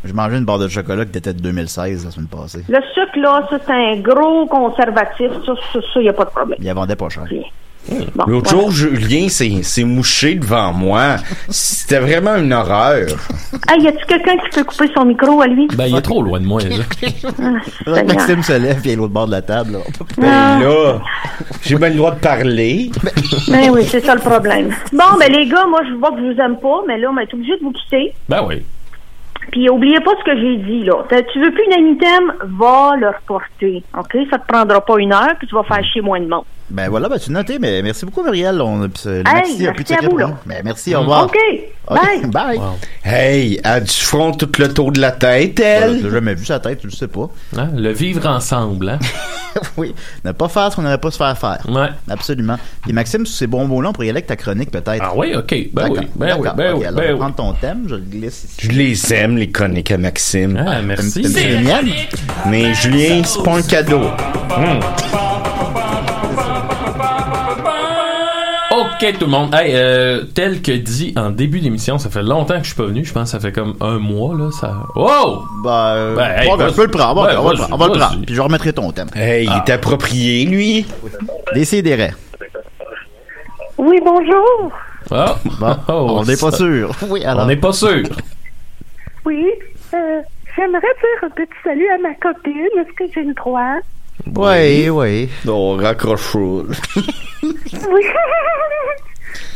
[SPEAKER 2] J'ai mangé une barre de chocolat qui était de 2016 la semaine passée.
[SPEAKER 8] Le sucre, là, ça, c'est un gros conservatif. Ça, ça, ça, y a pas de problème.
[SPEAKER 2] Il la vendait pas cher.
[SPEAKER 6] Mm.
[SPEAKER 8] Bon,
[SPEAKER 5] L'autre
[SPEAKER 8] voilà.
[SPEAKER 5] jour, Julien s'est s'est mouché devant moi. C'était vraiment une horreur.
[SPEAKER 8] Hey, y a-tu quelqu'un qui peut couper son micro à lui? Ah,
[SPEAKER 6] Ben, il est trop loin de moi,
[SPEAKER 2] (laughs)
[SPEAKER 6] là.
[SPEAKER 8] Seigneur.
[SPEAKER 2] Maxime se lève, puis il est à l'autre bord de la table. là. On peut pas-
[SPEAKER 5] Ben
[SPEAKER 8] (laughs)
[SPEAKER 5] là, j'ai bien le droit de parler.
[SPEAKER 8] Ben oui, c'est ça le problème. Bon, ben les gars, moi, je vois que je vous aime pas, mais là, on est obligé de vous quitter.
[SPEAKER 6] Ben oui.
[SPEAKER 8] Puis oubliez pas ce que j'ai dit là. T'as- Tu veux plus d'un item, va le reporter. OK? Ça te prendra pas une heure, puis tu vas faire chier moins de monde.
[SPEAKER 2] Ben voilà, ben tu noté, mais merci beaucoup Muriel. On, a- puis, euh, le
[SPEAKER 8] Hey,
[SPEAKER 2] maxi a
[SPEAKER 8] merci
[SPEAKER 2] plus de
[SPEAKER 8] à
[SPEAKER 2] secret
[SPEAKER 8] vous,
[SPEAKER 2] pour
[SPEAKER 8] là.
[SPEAKER 2] nous. Ben merci,
[SPEAKER 6] Mm.
[SPEAKER 2] au revoir.
[SPEAKER 8] OK. Bye.
[SPEAKER 2] OK, Bye.
[SPEAKER 5] Hey, elle a du front tout le tour de la tête,
[SPEAKER 2] Voilà, tu
[SPEAKER 5] elle.
[SPEAKER 2] l'as jamais vu sa tête, tu le sais pas.
[SPEAKER 6] Hein? Le vivre ensemble, hein?
[SPEAKER 2] (laughs) oui, ne pas faire ce qu'on n'aurait pas se faire faire.
[SPEAKER 6] Ouais.
[SPEAKER 2] Absolument. Et Maxime, sous ces bons mots-là, on pourrait y aller avec ta chronique peut-être.
[SPEAKER 6] Ah oui, OK. Ben
[SPEAKER 2] D'accord,
[SPEAKER 6] oui, ben
[SPEAKER 2] d'accord.
[SPEAKER 6] oui, ben
[SPEAKER 2] Ok,
[SPEAKER 6] oui,
[SPEAKER 2] alors,
[SPEAKER 6] ben
[SPEAKER 2] on
[SPEAKER 6] oui.
[SPEAKER 2] va prendre ton thème, je le glisse ici.
[SPEAKER 5] Je les aime, les chroniques à Maxime.
[SPEAKER 6] Ah, merci.
[SPEAKER 2] T'aimes- t'aimes ça, Miam?
[SPEAKER 5] Mais Julien, c'est pas un cadeau.
[SPEAKER 6] Ok tout le monde. Hey, euh, tel que dit en début d'émission, ça fait longtemps que je suis pas venu. Je pense que ça fait comme un mois là. Ça. Wow!
[SPEAKER 2] Ben, euh,
[SPEAKER 6] Ben, hey,
[SPEAKER 2] bon, ben,
[SPEAKER 6] vas-y.
[SPEAKER 2] je peux le prendre, on va-
[SPEAKER 6] Ouais,
[SPEAKER 2] on va le
[SPEAKER 6] vas-y,
[SPEAKER 2] prendre, on va le
[SPEAKER 6] vas-y.
[SPEAKER 2] prendre. Puis je remettrai ton thème.
[SPEAKER 5] Hey, il est approprié, lui.
[SPEAKER 2] Décidérez.
[SPEAKER 8] Oui, bonjour.
[SPEAKER 6] Oh.
[SPEAKER 2] Bon,
[SPEAKER 6] Oh,
[SPEAKER 2] on n'est pas
[SPEAKER 6] ça-
[SPEAKER 2] sûr. Oui,
[SPEAKER 6] On
[SPEAKER 2] alors.
[SPEAKER 6] n'est pas sûr.
[SPEAKER 8] Oui. euh, J'aimerais dire un petit salut à ma copine. Est-ce que j'ai le droit?
[SPEAKER 2] Oui, oui.
[SPEAKER 8] (laughs)
[SPEAKER 5] Oh, raccroche
[SPEAKER 8] Oui.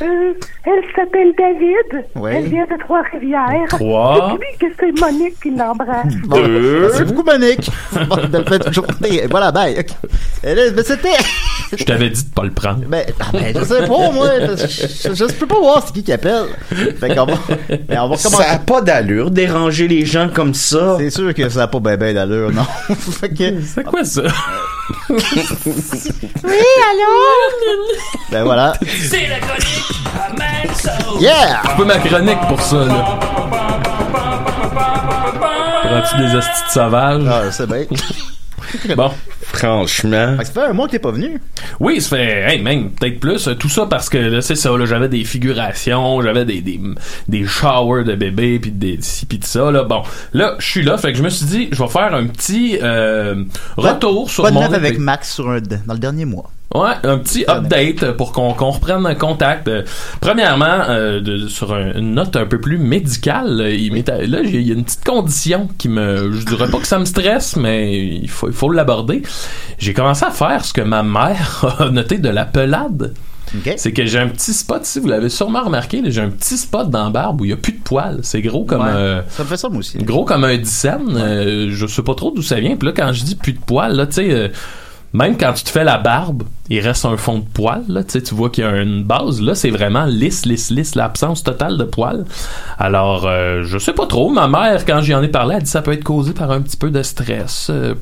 [SPEAKER 8] Euh, elle s'appelle David.
[SPEAKER 2] Ouais.
[SPEAKER 8] Elle vient de Trois-Rivières.
[SPEAKER 2] Trois.
[SPEAKER 8] Et puis que c'est Monique qui l'embrasse.
[SPEAKER 2] Bon,
[SPEAKER 6] Euh, (laughs)
[SPEAKER 2] Merci beaucoup, Monique. Bon, belle fin de journée. Et Voilà, bye. OK. Et là, mais c'était.
[SPEAKER 6] (laughs) Je t'avais dit de pas le prendre.
[SPEAKER 2] Ben, ah, ben, je sais pas, moi. Je, je- je peux pas voir c'est qui qui appelle. Fait qu'on va, ben, on va
[SPEAKER 7] Ça a pas d'allure, déranger les gens comme ça.
[SPEAKER 2] C'est sûr que ça a pas ben ben d'allure, non. Fait que-
[SPEAKER 6] C'est quoi ça?
[SPEAKER 2] Oui,
[SPEAKER 9] alors?
[SPEAKER 2] ben voilà.
[SPEAKER 9] C'est la chronique à Manso.
[SPEAKER 2] Yeah!
[SPEAKER 6] Je peux ma chronique pour ça, là. Prends-tu des hosties de sauvages?
[SPEAKER 2] Ah, c'est bien.
[SPEAKER 6] bon.
[SPEAKER 7] Franchement.
[SPEAKER 2] Ça fait un mois que t'es pas venu.
[SPEAKER 6] Oui, ça fait, hey, même, peut-être plus. Tout ça parce que, là, c'est ça, là, j'avais des figurations, j'avais des, des, des showers de bébés, puis des, ci, puis de ça, là. Bon. Là, je suis là, fait que je me suis dit, je vais faire un petit, euh, retour sur
[SPEAKER 2] pas de
[SPEAKER 6] mon
[SPEAKER 2] note
[SPEAKER 6] épée.
[SPEAKER 2] avec Max sur un, dans le dernier mois.
[SPEAKER 6] Ouais, un petit update pour qu'on qu'on reprenne un contact. Euh, Premièrement, euh, de- sur un- une note un peu plus médicale, euh, il m'est à- là j'ai- il y a une petite condition qui me, je dirais pas que ça me stresse, mais il faut il faut l'aborder. J'ai commencé à faire ce que ma mère (laughs) a noté de la pelade. C'est que j'ai un petit spot, si vous l'avez sûrement remarqué, là, j'ai un petit spot dans la barbe où il n'y a plus de poils. C'est gros comme
[SPEAKER 2] Ouais.
[SPEAKER 6] euh,
[SPEAKER 2] Ça me fait ça, moi aussi.
[SPEAKER 6] Gros comme un dixaine, euh, je sais pas trop d'où ça vient. Puis là, quand je dis plus de poils, là, tu sais, euh, même quand tu te fais la barbe, il reste un fond de poils, là, tu sais, tu vois qu'il y a une base. Là, c'est vraiment lisse, lisse, lisse, l'absence totale de poils. Alors, euh, je sais pas trop. Ma mère, quand j'y en ai parlé, elle dit que ça peut être causé par un petit peu de stress. Euh,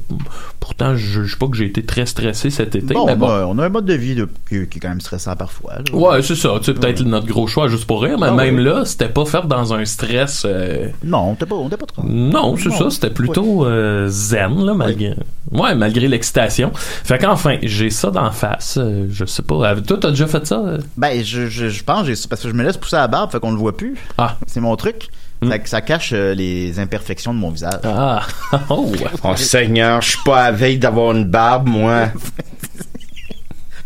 [SPEAKER 6] pourtant, je juge pas que j'ai été très stressé cet été,
[SPEAKER 2] Bon,
[SPEAKER 6] mais bon.
[SPEAKER 2] on a- on a un mode de vie de- qui, qui est quand même stressant parfois. là.
[SPEAKER 6] Ouais, c'est ça. Tu sais, peut-être notre gros choix juste pour rire, mais
[SPEAKER 2] Ah,
[SPEAKER 6] même
[SPEAKER 2] oui.
[SPEAKER 6] là, c'était pas faire dans un stress. euh,
[SPEAKER 2] Non, on n'était pas, on était pas trop.
[SPEAKER 6] Non, c'est
[SPEAKER 2] Non.
[SPEAKER 6] ça, c'était plutôt euh, zen, là, malgré, ouais, malgré l'excitation. Fait qu'enfin, j'ai ça d'en face. euh, je sais pas. euh, Toi, t'as déjà fait ça? euh?
[SPEAKER 2] Ben, je, je, je pense, j'ai- parce que je me laisse pousser la barbe, fait qu'on le voit plus.
[SPEAKER 6] Ah.
[SPEAKER 2] C'est mon truc. Fait que ça cache euh, les imperfections de mon visage.
[SPEAKER 6] Ah, oh,
[SPEAKER 7] Oh Seigneur, je suis pas à veille d'avoir une barbe, moi.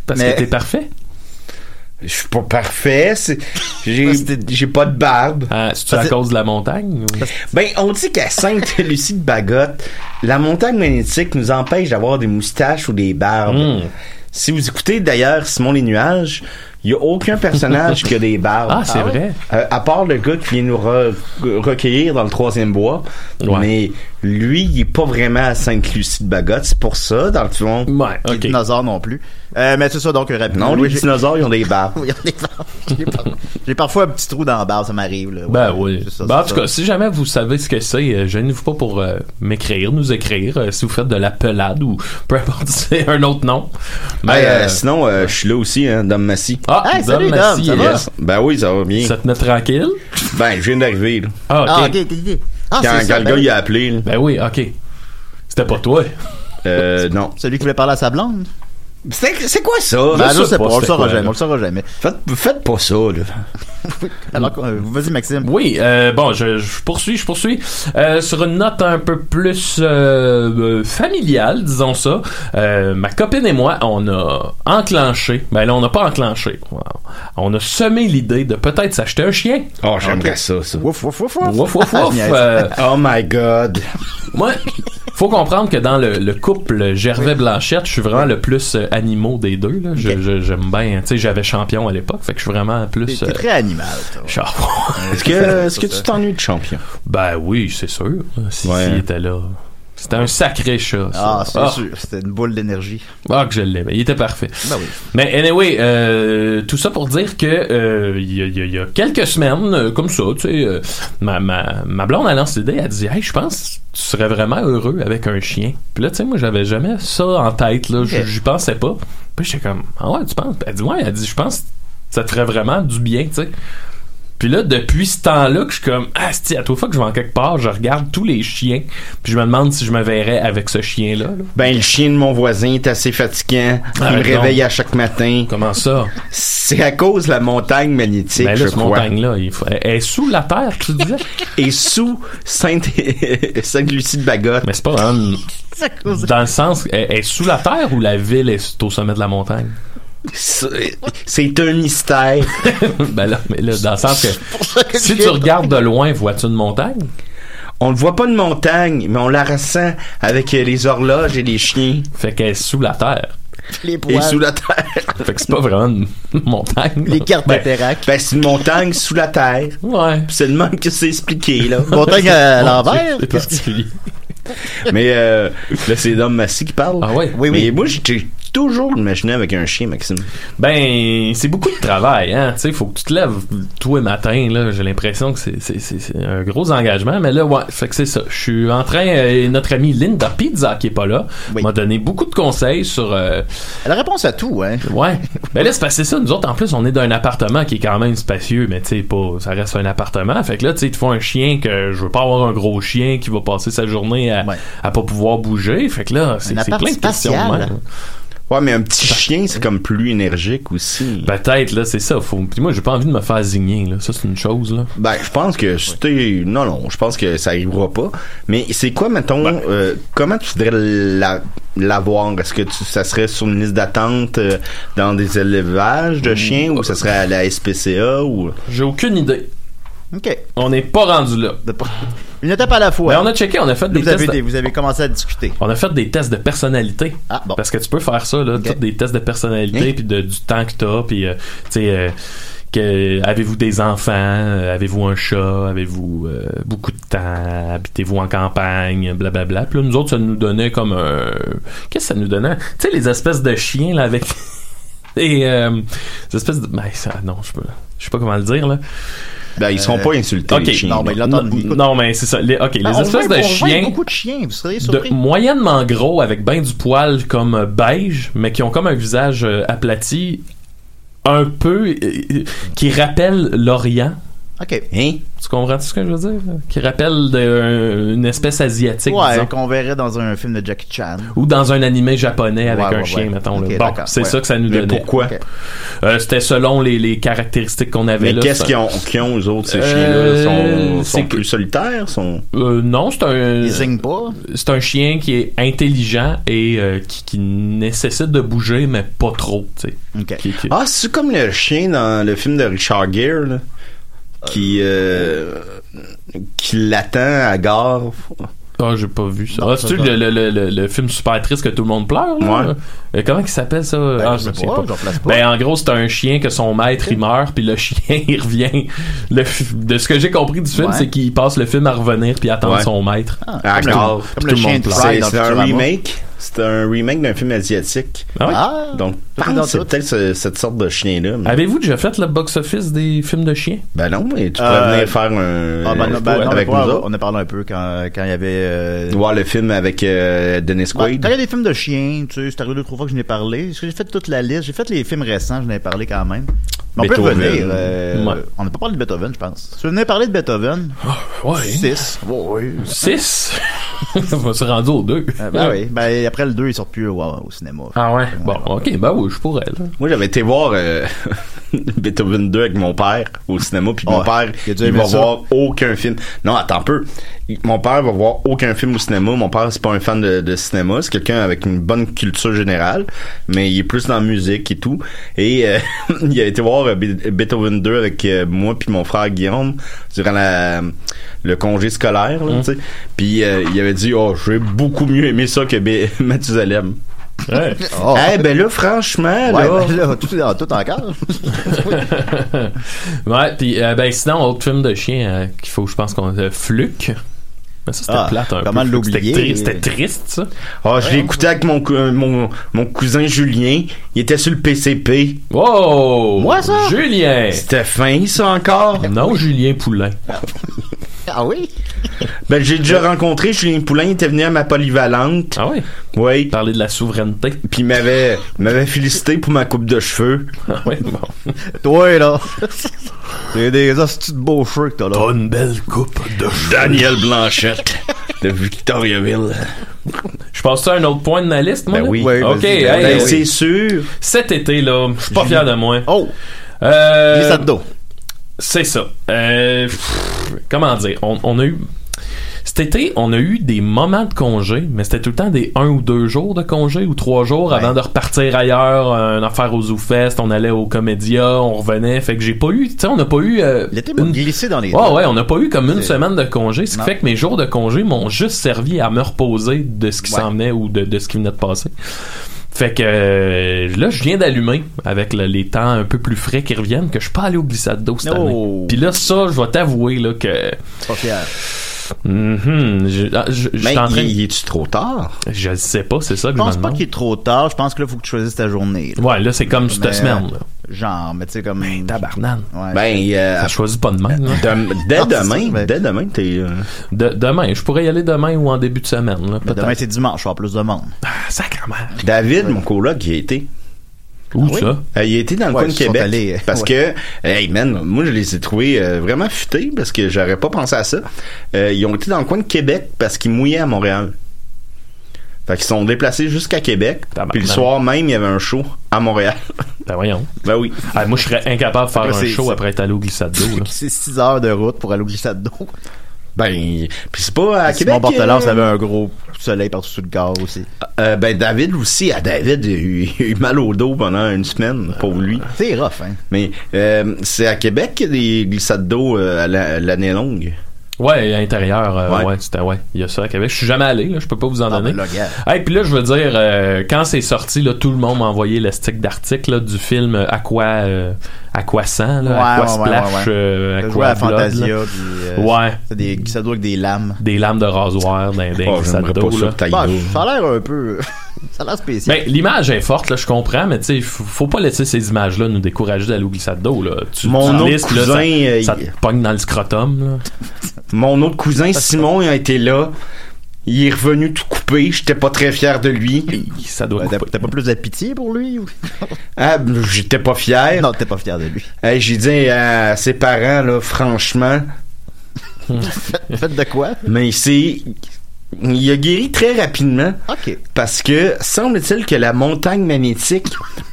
[SPEAKER 6] Parce
[SPEAKER 7] Mais-
[SPEAKER 6] que t'es parfait.
[SPEAKER 7] Je suis pas parfait. c'est- J'ai j'ai pas de barbe.
[SPEAKER 6] C'est-tu à cause de la montagne? ou-
[SPEAKER 7] Ben, on dit qu'à Sainte-Lucie de Bagotte, la montagne magnétique nous empêche d'avoir des moustaches ou des barbes.
[SPEAKER 6] Hmm.
[SPEAKER 7] Si vous écoutez d'ailleurs Simon les Nuages, il n'y a aucun personnage qui a des barbes.
[SPEAKER 6] Ah, c'est Ah ouais? vrai?
[SPEAKER 7] Euh, à part le gars qui vient nous re- recueillir dans le troisième bois. Mais lui, il est pas vraiment à Sainte-Lucie de Bagotte. C'est pour ça, dans le fond.
[SPEAKER 6] Ouais,
[SPEAKER 2] Les dinosaures non plus. Euh, mais c'est ça, donc, rapidement.
[SPEAKER 7] Non,
[SPEAKER 2] Oui,
[SPEAKER 7] les
[SPEAKER 2] j'ai-
[SPEAKER 7] dinosaures, ils ont des barbes.
[SPEAKER 2] (laughs) Oui, on est d'accord. J'ai par- J'ai parfois un petit trou dans la barbe, ça m'arrive. là. Ouais,
[SPEAKER 6] Ben oui.
[SPEAKER 2] c'est ça,
[SPEAKER 6] Ben, en
[SPEAKER 2] c'est
[SPEAKER 6] tout
[SPEAKER 2] ça.
[SPEAKER 6] cas, si jamais vous savez ce que c'est, euh, gênez-vous pas pour euh, m'écrire, nous écrire. euh, si vous faites de la pelade ou peu importe, (laughs) c'est un autre nom.
[SPEAKER 7] Ben,
[SPEAKER 6] Mais,
[SPEAKER 7] euh,
[SPEAKER 6] euh,
[SPEAKER 7] sinon, euh, je suis là aussi, hein, Dom Massy.
[SPEAKER 6] Ah, Hey, Dom salut, Dom, Massy, ça va? yes.
[SPEAKER 7] Ben oui, ça va bien.
[SPEAKER 6] Ça te met tranquille?
[SPEAKER 7] Ben, je viens d'arriver, là.
[SPEAKER 6] Ah, ok.
[SPEAKER 2] Ah, ok, ok, ok. Ah,
[SPEAKER 7] quand
[SPEAKER 2] c'est
[SPEAKER 7] quand
[SPEAKER 2] ça,
[SPEAKER 7] le
[SPEAKER 2] ben
[SPEAKER 7] gars,
[SPEAKER 2] oui.
[SPEAKER 7] il a appelé, là.
[SPEAKER 6] Ben oui, ok. C'était pas toi.
[SPEAKER 7] Euh, non.
[SPEAKER 2] Celui qui voulait parler à sa blonde.
[SPEAKER 7] C'est c'est quoi ça?
[SPEAKER 2] Ben,
[SPEAKER 7] Je
[SPEAKER 2] je sais
[SPEAKER 7] sais
[SPEAKER 2] pas,
[SPEAKER 7] pas,
[SPEAKER 2] on le
[SPEAKER 7] c'était
[SPEAKER 2] saura
[SPEAKER 7] quoi,
[SPEAKER 2] jamais,
[SPEAKER 7] là.
[SPEAKER 2] on le saura jamais.
[SPEAKER 7] Faites, faites pas ça, là.
[SPEAKER 2] (laughs) Alors, qu'on- euh, vas-y, Maxime.
[SPEAKER 6] Oui, euh, bon, je, je poursuis, je poursuis. Euh, sur une note un peu plus euh, euh, familiale, disons ça, euh, ma copine et moi, on a enclenché, ben là, on n'a pas enclenché, on a semé l'idée de peut-être s'acheter un chien.
[SPEAKER 7] Oh, j'aimerais ça, ça.
[SPEAKER 2] Wouf, wouf, wouf, wouf.
[SPEAKER 6] Wouf, wouf,
[SPEAKER 2] Je
[SPEAKER 6] wouf.
[SPEAKER 2] niaise.
[SPEAKER 6] euh,
[SPEAKER 7] Oh my god.
[SPEAKER 6] moi, faut comprendre que dans le, le couple Gervais-Blanchette, je suis vraiment le plus euh, animaux des deux. Là. Je- je- j'aime bien, tu sais, j'avais champion à l'époque, fait que je suis vraiment plus...
[SPEAKER 2] T'es
[SPEAKER 6] euh,
[SPEAKER 2] très animal, toi.
[SPEAKER 6] char-
[SPEAKER 7] Est-ce que, est-ce que tu t'ennuies de champion?
[SPEAKER 6] Ben oui, c'est sûr. Si
[SPEAKER 7] Ouais.
[SPEAKER 6] s'il était là. C'était un sacré chat. ça.
[SPEAKER 2] Ah, c'est sûr, c'était une boule d'énergie.
[SPEAKER 6] Ah, que je l'aimais. Il était parfait.
[SPEAKER 2] Ben oui.
[SPEAKER 6] Mais anyway, euh, tout ça pour dire que euh, il y, a- il y a- il y a quelques semaines, euh, comme ça, tu sais, euh, ma, ma, ma blonde a lancé l'idée, elle dit Hey, je pense que tu serais vraiment heureux avec un chien. Puis là, tu sais, moi, j'avais jamais ça en tête, là. J-
[SPEAKER 2] Ok.
[SPEAKER 6] J'y pensais pas. Puis j'étais comme Ah ouais, tu penses Elle dit Ouais, elle dit Je pense que ça te ferait vraiment du bien, tu sais. Puis là, depuis ce temps-là, que je suis comme, ah, c'ti, à toute fois que je vais en quelque part, je regarde tous les chiens, puis je me demande si je me verrais avec ce chien-là. là.
[SPEAKER 7] Ben, le chien de mon voisin est assez fatigant. Il
[SPEAKER 6] Arrête
[SPEAKER 7] me
[SPEAKER 6] Ah, donc.
[SPEAKER 7] réveille à chaque matin.
[SPEAKER 6] Comment ça?
[SPEAKER 7] C'est à cause de la montagne magnétique,
[SPEAKER 6] Mais Ben là,
[SPEAKER 7] je
[SPEAKER 6] cette
[SPEAKER 7] crois.
[SPEAKER 6] montagne-là, il faut- elle elle est sous la terre, tu disais?
[SPEAKER 7] Et sous Sainte- (laughs) Sainte-Lucie de Bagotte.
[SPEAKER 6] Mais
[SPEAKER 2] (laughs)
[SPEAKER 6] c'est pas vraiment-
[SPEAKER 2] C'est à cause de-
[SPEAKER 6] Dans le sens, elle elle est sous la terre ou la ville est au sommet de la montagne? (laughs)
[SPEAKER 7] C'est c'est un mystère.
[SPEAKER 6] ben là, mais là, dans le sens que
[SPEAKER 2] (laughs) pour ça que
[SPEAKER 6] si
[SPEAKER 2] je-
[SPEAKER 6] tu regardes de loin, vois-tu une montagne?
[SPEAKER 7] On ne voit pas de montagne, mais on la ressent avec euh, les horloges et les chiens.
[SPEAKER 6] Fait qu'elle est sous la terre.
[SPEAKER 2] les
[SPEAKER 7] Et
[SPEAKER 2] poils.
[SPEAKER 7] sous la terre.
[SPEAKER 3] Fait que c'est pas vraiment une montagne.
[SPEAKER 2] Les cartes
[SPEAKER 7] ben,
[SPEAKER 2] cataractes.
[SPEAKER 7] Ben, c'est une montagne sous la terre.
[SPEAKER 3] Ouais.
[SPEAKER 7] c'est le même que c'est expliqué, là.
[SPEAKER 2] (laughs) Montagne à l'envers?
[SPEAKER 3] C'est
[SPEAKER 2] (laughs)
[SPEAKER 3] particulier.
[SPEAKER 7] Mais euh, là, c'est l'homme Massy qui parle. Ah
[SPEAKER 3] ouais?
[SPEAKER 7] Oui, oui. Mais moi, j'ai- j'ai toujours imaginé avec un chien, Maxime.
[SPEAKER 3] Ben, c'est beaucoup de travail, hein. Tu sais, faut que tu te lèves tous les matins, là. J'ai l'impression que c'est- c'est c'est- c'est un gros engagement, mais là, ouais, fait que c'est ça. Je suis en train, euh, notre amie Linda Pizza, qui est pas là, m'a donné beaucoup de conseils sur. euh,
[SPEAKER 2] Elle a réponse à tout, hein.
[SPEAKER 3] (laughs) Ouais. Ben là, c'est parce que c'est ça. Nous autres, en plus, on est dans un appartement qui est quand même spacieux, mais tu sais, pas, ça reste un appartement. Fait que là, tu sais, tu fais un chien que je veux pas avoir un gros chien qui va passer sa journée à, à pas pouvoir bouger. Fait que là, c'est c'est plein de questions. de même.
[SPEAKER 7] Ouais, mais un petit chien, c'est comme plus énergique aussi.
[SPEAKER 3] Peut-être, là, c'est ça. Faut... Puis moi, j'ai pas envie de me faire zigner, là. Ça, c'est une chose, là.
[SPEAKER 7] Ben, je pense que c'était. Non, non, je pense que ça arrivera pas. Mais c'est quoi, mettons, euh, comment tu voudrais la- l'avoir? Est-ce que tu- ça serait sur une liste d'attente euh, dans des élevages de chiens ou ça serait à la SPCA ou.
[SPEAKER 3] J'ai aucune idée.
[SPEAKER 2] OK.
[SPEAKER 3] On n'est pas rendu là.
[SPEAKER 2] Une étape à la fois.
[SPEAKER 3] Mais on a checké, on a fait
[SPEAKER 2] Là,
[SPEAKER 3] des
[SPEAKER 2] vous
[SPEAKER 3] tests.
[SPEAKER 2] avez
[SPEAKER 3] de-
[SPEAKER 2] des- vous avez commencé à discuter. Ah,
[SPEAKER 3] On a fait des tests de personnalité. Parce que tu peux faire ça, là. tous des tests de personnalité, puis de- du temps que t'as, puis, euh, tu sais, euh, que- avez-vous des enfants, Euh, avez-vous un chat, avez-vous euh, beaucoup de temps, habitez-vous en campagne, blablabla. Puis là, nous autres, ça nous donnait comme un... Qu'est-ce que ça nous donnait? Tu sais, les espèces de chiens, là, avec... (laughs) Et euh, des espèces de... Ben, ça, non, je peux... Je sais pas comment le dire, là. Euh,
[SPEAKER 7] Ben, ils sont pas insultés,
[SPEAKER 3] OK.
[SPEAKER 7] les chiens.
[SPEAKER 3] Non, mais, non, mais c'est ça. Les, OK,
[SPEAKER 2] Ah,
[SPEAKER 3] les
[SPEAKER 2] on
[SPEAKER 3] espèces
[SPEAKER 2] voit- on voit
[SPEAKER 3] de chiens
[SPEAKER 2] beaucoup de chiens, vous seriez
[SPEAKER 3] de
[SPEAKER 2] surpris.
[SPEAKER 3] moyennement gros avec ben du poil comme euh, beige, mais qui ont comme un visage euh, aplati un peu euh, euh, qui rappelle l'Orient.
[SPEAKER 2] OK.
[SPEAKER 3] Tu comprends ce que je veux dire? Qui rappelle de- euh, une espèce asiatique,
[SPEAKER 2] Ouais,
[SPEAKER 3] disons.
[SPEAKER 2] qu'on verrait dans un film de Jackie Chan.
[SPEAKER 3] Ou dans un animé japonais avec
[SPEAKER 2] Ouais,
[SPEAKER 3] un
[SPEAKER 2] ouais,
[SPEAKER 3] chien,
[SPEAKER 2] ouais.
[SPEAKER 3] mettons. là.
[SPEAKER 2] Ok,
[SPEAKER 3] Bon,
[SPEAKER 2] d'accord,
[SPEAKER 3] c'est
[SPEAKER 2] ouais.
[SPEAKER 3] ça que ça nous
[SPEAKER 2] Mais
[SPEAKER 3] donnait.
[SPEAKER 2] pourquoi? Ok.
[SPEAKER 3] Euh, C'était selon les, les caractéristiques qu'on avait
[SPEAKER 6] Ben
[SPEAKER 7] Mais
[SPEAKER 3] là.
[SPEAKER 7] qu'est-ce
[SPEAKER 3] ça-
[SPEAKER 7] qu'ils ont, qu'ils ont, eux autres, ces
[SPEAKER 3] Euh,
[SPEAKER 7] chiens-là? Sont,
[SPEAKER 3] c'est
[SPEAKER 7] sont
[SPEAKER 3] que-
[SPEAKER 7] plus solitaires? Sont...
[SPEAKER 3] Euh, non, c'est un.
[SPEAKER 2] pas.
[SPEAKER 3] C'est un chien qui est intelligent et euh, qui, qui nécessite de bouger, mais pas trop, tu sais. Qui- qui-
[SPEAKER 7] Ah, c'est comme le chien dans le film de Richard Gere, là, qui, euh, qui l'attend à gare.
[SPEAKER 3] Ah, j'ai pas vu ça.
[SPEAKER 7] Non,
[SPEAKER 3] Ah, c'est-tu
[SPEAKER 7] ça, ça-
[SPEAKER 3] le, le, le, le- le film super triste que tout le monde pleure, là? Euh, comment il s'appelle ça? ah, je me
[SPEAKER 7] Ben, sais
[SPEAKER 3] souviens
[SPEAKER 7] pas,
[SPEAKER 3] pas.
[SPEAKER 7] j'en place pas.
[SPEAKER 3] Ben, en gros, c'est un chien que son maître, il meurt, puis le (laughs) chien, il revient. Le f- de ce que j'ai compris du film,
[SPEAKER 7] Ouais.
[SPEAKER 3] c'est qu'il passe le film à revenir, puis attendre
[SPEAKER 7] Ouais.
[SPEAKER 3] son maître.
[SPEAKER 7] à
[SPEAKER 3] Puis tout-
[SPEAKER 7] gare.
[SPEAKER 3] puis
[SPEAKER 7] Puis
[SPEAKER 3] tout
[SPEAKER 7] tout le monde
[SPEAKER 3] pleure.
[SPEAKER 7] pleure. C'est- C'est un remake. C'est un remake d'un film asiatique.
[SPEAKER 3] Ah ouais?
[SPEAKER 7] Donc,
[SPEAKER 3] Tout est
[SPEAKER 7] pense
[SPEAKER 3] dans
[SPEAKER 7] que c'est
[SPEAKER 3] tout.
[SPEAKER 7] peut-être ce- cette sorte de chien-là. mais-
[SPEAKER 3] Avez-vous déjà fait le box-office des films de chiens?
[SPEAKER 7] Ben non, mais tu pourrais
[SPEAKER 3] Euh,
[SPEAKER 7] venir faire un.
[SPEAKER 2] Ah, ben, non, ben, non,
[SPEAKER 7] avec
[SPEAKER 2] mais
[SPEAKER 7] nous
[SPEAKER 2] ouais,
[SPEAKER 7] autres.
[SPEAKER 2] On a parlé un peu quand, quand il y avait. euh,
[SPEAKER 7] Voir le film avec euh, Dennis
[SPEAKER 2] Ouais,
[SPEAKER 7] Quaid.
[SPEAKER 2] quand il y a des films de chiens, tu sais, c'est arrivé deux trois fois que je n'ai parlé. Parce que j'ai fait toute la liste. J'ai fait les films récents, je n'ai parlé quand même. Mais on peut
[SPEAKER 7] Beethoven.
[SPEAKER 2] revenir. euh,
[SPEAKER 7] Ouais.
[SPEAKER 2] On n'a pas parlé de Beethoven, je pense. Tu venais parler de Beethoven?
[SPEAKER 3] Ah, ouais.
[SPEAKER 2] Six. Ouais, ouais.
[SPEAKER 3] 6? (laughs) On se rendu au 2.
[SPEAKER 2] Ah, ben oui. Ben, après le 2, ils sortent plus au, au cinéma.
[SPEAKER 3] Ah ouais? Bon, ok, ben oui, je pourrais. Là.
[SPEAKER 7] Moi, j'avais été voir euh, (laughs) Beethoven 2 avec mon père au cinéma, puis mon
[SPEAKER 2] Ouais.
[SPEAKER 7] père,
[SPEAKER 2] Il a
[SPEAKER 7] il,
[SPEAKER 2] dû aimer
[SPEAKER 7] va
[SPEAKER 2] ça.
[SPEAKER 7] voir aucun film. Non, attends un peu. Il- Mon père va voir aucun film au cinéma. Mon père, c'est pas un fan de, de cinéma. C'est quelqu'un avec une bonne culture générale, mais il est plus dans la musique et tout. Et euh, (laughs) il a été voir euh, Be- Beethoven 2 avec euh, moi puis mon frère Guillaume durant la, le congé scolaire, là,
[SPEAKER 3] Mm.
[SPEAKER 7] tu sais. Puis euh, il avait dit, oh, j'ai beaucoup mieux aimé ça que Be- (laughs) Mathusalem.
[SPEAKER 3] Ouais.
[SPEAKER 7] Eh ben là, franchement,
[SPEAKER 2] Ouais,
[SPEAKER 7] là,
[SPEAKER 2] ben là, tout, tout encore.
[SPEAKER 3] ouais, puis euh, ben sinon, autre film de chien euh, qu'il faut, je pense qu'on a Fluc. Mais ça, c'était
[SPEAKER 7] Ah,
[SPEAKER 3] plate un
[SPEAKER 7] comment
[SPEAKER 3] peu.
[SPEAKER 7] l'oublier?
[SPEAKER 3] C'était triste, c'était triste, ça.
[SPEAKER 7] Ah, je l'ai écouté avec mon, cou- euh, mon, mon cousin Julien. Il était sur le PCP.
[SPEAKER 3] Wow!
[SPEAKER 7] Moi, ça?
[SPEAKER 3] Julien!
[SPEAKER 7] C'était fin, ça, encore?
[SPEAKER 3] Non, Julien Poulain.
[SPEAKER 2] Ah oui?
[SPEAKER 7] Ben, j'ai déjà rencontré Julien Poulain. Il était venu à ma polyvalente.
[SPEAKER 3] Ah oui?
[SPEAKER 7] Oui.
[SPEAKER 3] Parler de la souveraineté.
[SPEAKER 7] Puis il m'avait, il m'avait félicité pour ma coupe de cheveux.
[SPEAKER 3] Ah oui, bon.
[SPEAKER 2] Toi, là. T'as des hosties de beaux cheveux que t'as là.
[SPEAKER 3] T'as une belle coupe de cheveux.
[SPEAKER 7] Daniel Blanchette de Victoriaville.
[SPEAKER 3] Je passe à un autre point de ma liste, moi.
[SPEAKER 7] Ben
[SPEAKER 3] là?
[SPEAKER 7] oui.
[SPEAKER 3] Ok,
[SPEAKER 7] Vas-y.
[SPEAKER 3] hey,
[SPEAKER 7] Ben,
[SPEAKER 3] hey.
[SPEAKER 7] c'est sûr.
[SPEAKER 3] Cet été, là, je suis pas fier de moi.
[SPEAKER 2] Oh!
[SPEAKER 3] Euh,
[SPEAKER 2] Glissade d'eau.
[SPEAKER 3] C'est ça. Euh, pff, comment dire? On, on a eu.
[SPEAKER 6] Cet été, on a eu des moments de congé, mais c'était tout le temps des un ou deux jours de congé ou trois jours avant de repartir ailleurs, euh, une affaire au ZooFest, on allait au Comédia, on revenait. Fait que j'ai pas eu, tu sais, on n'a pas eu.
[SPEAKER 2] L'été m'a glissé dans
[SPEAKER 6] Ouais,
[SPEAKER 2] les doigts.
[SPEAKER 6] ouais, on n'a pas eu comme une
[SPEAKER 2] C'est-
[SPEAKER 6] semaine de congé, ce qui
[SPEAKER 2] Non.
[SPEAKER 6] fait que mes jours de congé m'ont juste servi à me reposer de ce qui s'en venait ou de, de ce qui venait de passer. Fait que euh, là, je viens d'allumer avec le- les temps un peu plus frais qui reviennent que je suis pas allé au glissade d'eau cette année. Puis là, ça, je vais t'avouer là, que.
[SPEAKER 2] Oh. Pas fier.
[SPEAKER 6] je, ah, je- je suis en train.
[SPEAKER 2] il est-tu trop tard?
[SPEAKER 6] Je le sais pas, c'est ça que
[SPEAKER 2] Je
[SPEAKER 6] je me
[SPEAKER 2] pense pas
[SPEAKER 6] demande.
[SPEAKER 2] qu'il est trop tard. Je pense que là, faut que tu choisisses ta journée.
[SPEAKER 6] Ouais, là, c'est comme cette
[SPEAKER 2] Mais,
[SPEAKER 6] semaine, là.
[SPEAKER 2] Genre, mais tu sais, comme. Ben,
[SPEAKER 6] tabarnane.
[SPEAKER 2] Ouais.
[SPEAKER 7] Ben, euh,
[SPEAKER 6] Ça choisit pas demain. là.
[SPEAKER 7] dès
[SPEAKER 6] Ah, c'est
[SPEAKER 7] demain,
[SPEAKER 6] ça, ben.
[SPEAKER 7] dès demain, t'es. euh,
[SPEAKER 6] De- demain, je pourrais y aller demain ou en début de semaine. Là,
[SPEAKER 7] Mais demain,
[SPEAKER 2] c'est dimanche, je vais plus de monde.
[SPEAKER 6] Ah, sacrément.
[SPEAKER 7] David, mon coloc, il a été.
[SPEAKER 6] Où
[SPEAKER 7] ça? il a été dans le
[SPEAKER 2] Ouais,
[SPEAKER 7] coin de
[SPEAKER 2] ils sont
[SPEAKER 7] Québec.
[SPEAKER 2] allés, euh,
[SPEAKER 7] parce
[SPEAKER 2] ouais.
[SPEAKER 7] que, hey man, moi je les ai trouvés euh, vraiment futés parce que j'aurais pas pensé à ça. Euh, ils ont été dans le coin de Québec parce qu'ils mouillaient à Montréal. Fait qu'ils sont déplacés jusqu'à Québec. Puis le soir même, il y avait un show à Montréal.
[SPEAKER 6] Ben voyons.
[SPEAKER 7] Ben oui.
[SPEAKER 6] moi, je serais incapable de faire
[SPEAKER 7] Après,
[SPEAKER 6] un
[SPEAKER 7] c'est-
[SPEAKER 6] show après être allé au glissade d'eau. là.
[SPEAKER 2] C'est 6 heures de route pour aller au glissade d'eau.
[SPEAKER 7] Ben, puis c'est pas à
[SPEAKER 2] Mon
[SPEAKER 7] Québec,
[SPEAKER 2] Bortelard,
[SPEAKER 7] euh,
[SPEAKER 2] ça avait un gros soleil partout sur le corps aussi.
[SPEAKER 7] Euh, ben David aussi, à David, il a, eu, il a eu mal au dos pendant une semaine, pour lui.
[SPEAKER 2] C'est rough, hein?
[SPEAKER 7] Mais euh, c'est à Québec qu'il y a des glissades d'eau euh, à la- l'année longue.
[SPEAKER 6] Ouais, à l'intérieur, euh,
[SPEAKER 7] Ouais.
[SPEAKER 6] ouais, c'était ouais. Il y a ça à Québec. Je suis jamais allé, là, je peux pas vous en donner.
[SPEAKER 7] ben là, regarde.
[SPEAKER 6] Hey, puis là, je veux dire, euh, quand c'est sorti, là, tout le monde m'a envoyé le stick d'article là, du film euh, Aqua, euh, Aqua 100, là, Aqua Splash, euh,
[SPEAKER 2] T'as
[SPEAKER 6] Aqua
[SPEAKER 2] joué à
[SPEAKER 6] Blood,
[SPEAKER 2] Fantasia,
[SPEAKER 6] là.
[SPEAKER 2] puis, euh,
[SPEAKER 6] ouais,
[SPEAKER 2] t'as des glissades d'eau avec des lames.
[SPEAKER 6] des lames de rasoir dans, dans
[SPEAKER 2] Oh,
[SPEAKER 6] les glissades
[SPEAKER 2] j'aimerais
[SPEAKER 6] d'eau,
[SPEAKER 2] pas ça
[SPEAKER 6] là.
[SPEAKER 2] que t'ailles Bah, d'eau. ça a l'air un peu. (laughs) ça a l'air spécial.
[SPEAKER 6] Ben, l'image est forte, là, je comprends, mais tu sais, faut, faut pas laisser ces images-là nous décourager d'aller au glissade d'eau, là. Tu,
[SPEAKER 7] Mon
[SPEAKER 6] tu
[SPEAKER 7] autre
[SPEAKER 6] glisses, là, ça-
[SPEAKER 7] cousin, euh,
[SPEAKER 6] ça, te pogne dans le scrotum,
[SPEAKER 7] Mon autre cousin Simon il a été là. Il est revenu tout coupé. J'étais pas très fier de lui.
[SPEAKER 6] Ça doit.
[SPEAKER 7] T'as
[SPEAKER 2] Euh, pas plus de pitié pour lui ou
[SPEAKER 7] Ah, j'étais pas fier.
[SPEAKER 2] Non, t'es pas fier de lui.
[SPEAKER 7] Hey, J'ai dit à ses parents
[SPEAKER 6] (laughs)
[SPEAKER 7] là, franchement.
[SPEAKER 2] Faites de quoi
[SPEAKER 7] Mais c'est, il a guéri très rapidement.
[SPEAKER 2] Ok.
[SPEAKER 7] Parce que semble-t-il que la montagne magnétique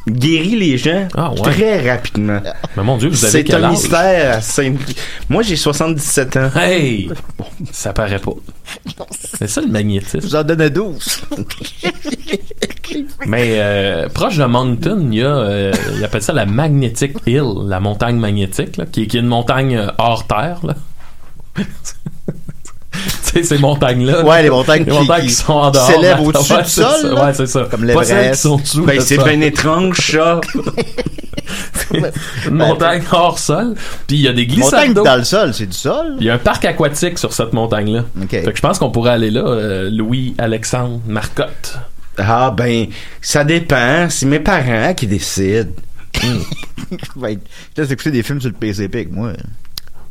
[SPEAKER 7] guérit les gens très rapidement.
[SPEAKER 6] Ah, Mais mon Dieu, vous avez
[SPEAKER 7] C'est
[SPEAKER 6] quel
[SPEAKER 7] un
[SPEAKER 6] âge?
[SPEAKER 7] mystère. C'est- Moi, j'ai 77 ans.
[SPEAKER 6] Hey! Ça paraît pas. C'est ça le magnétisme.
[SPEAKER 2] J'en donnais 12.
[SPEAKER 6] Mais euh, proche de Moncton, il y a, euh, ils appellent ça la Magnetic Hill, la montagne magnétique, là, qui, est- qui est une montagne euh, hors terre. Là. tu sais, ces montagnes-là.
[SPEAKER 2] Ouais, les montagnes
[SPEAKER 6] les
[SPEAKER 2] qui-
[SPEAKER 6] montagnes qui,
[SPEAKER 2] qui
[SPEAKER 6] sont en dehors.
[SPEAKER 2] s'élèvent
[SPEAKER 6] là.
[SPEAKER 2] au-dessus
[SPEAKER 6] Ouais,
[SPEAKER 2] du
[SPEAKER 6] c'est
[SPEAKER 2] sol,
[SPEAKER 6] ça.
[SPEAKER 2] là.
[SPEAKER 6] Ouais, c'est ça.
[SPEAKER 2] Comme
[SPEAKER 6] Pas
[SPEAKER 2] l'Everest.
[SPEAKER 6] celles qui sont dessous.
[SPEAKER 7] Ben,
[SPEAKER 6] le
[SPEAKER 7] c'est
[SPEAKER 6] sol.
[SPEAKER 7] bien étrange, ça.
[SPEAKER 6] une montagne hors sol. Puis il y a des glissades
[SPEAKER 2] Montagne
[SPEAKER 6] d'eau.
[SPEAKER 2] dans le sol, c'est du sol.
[SPEAKER 6] Il y a un parc aquatique sur cette montagne-là. Fait que je pense qu'on pourrait aller là, euh, Louis-Alexandre Marcotte.
[SPEAKER 7] Ah ben, ça dépend. C'est mes parents qui décident.
[SPEAKER 2] Ouais, Je t'ai écouté des films sur le PCP avec moi.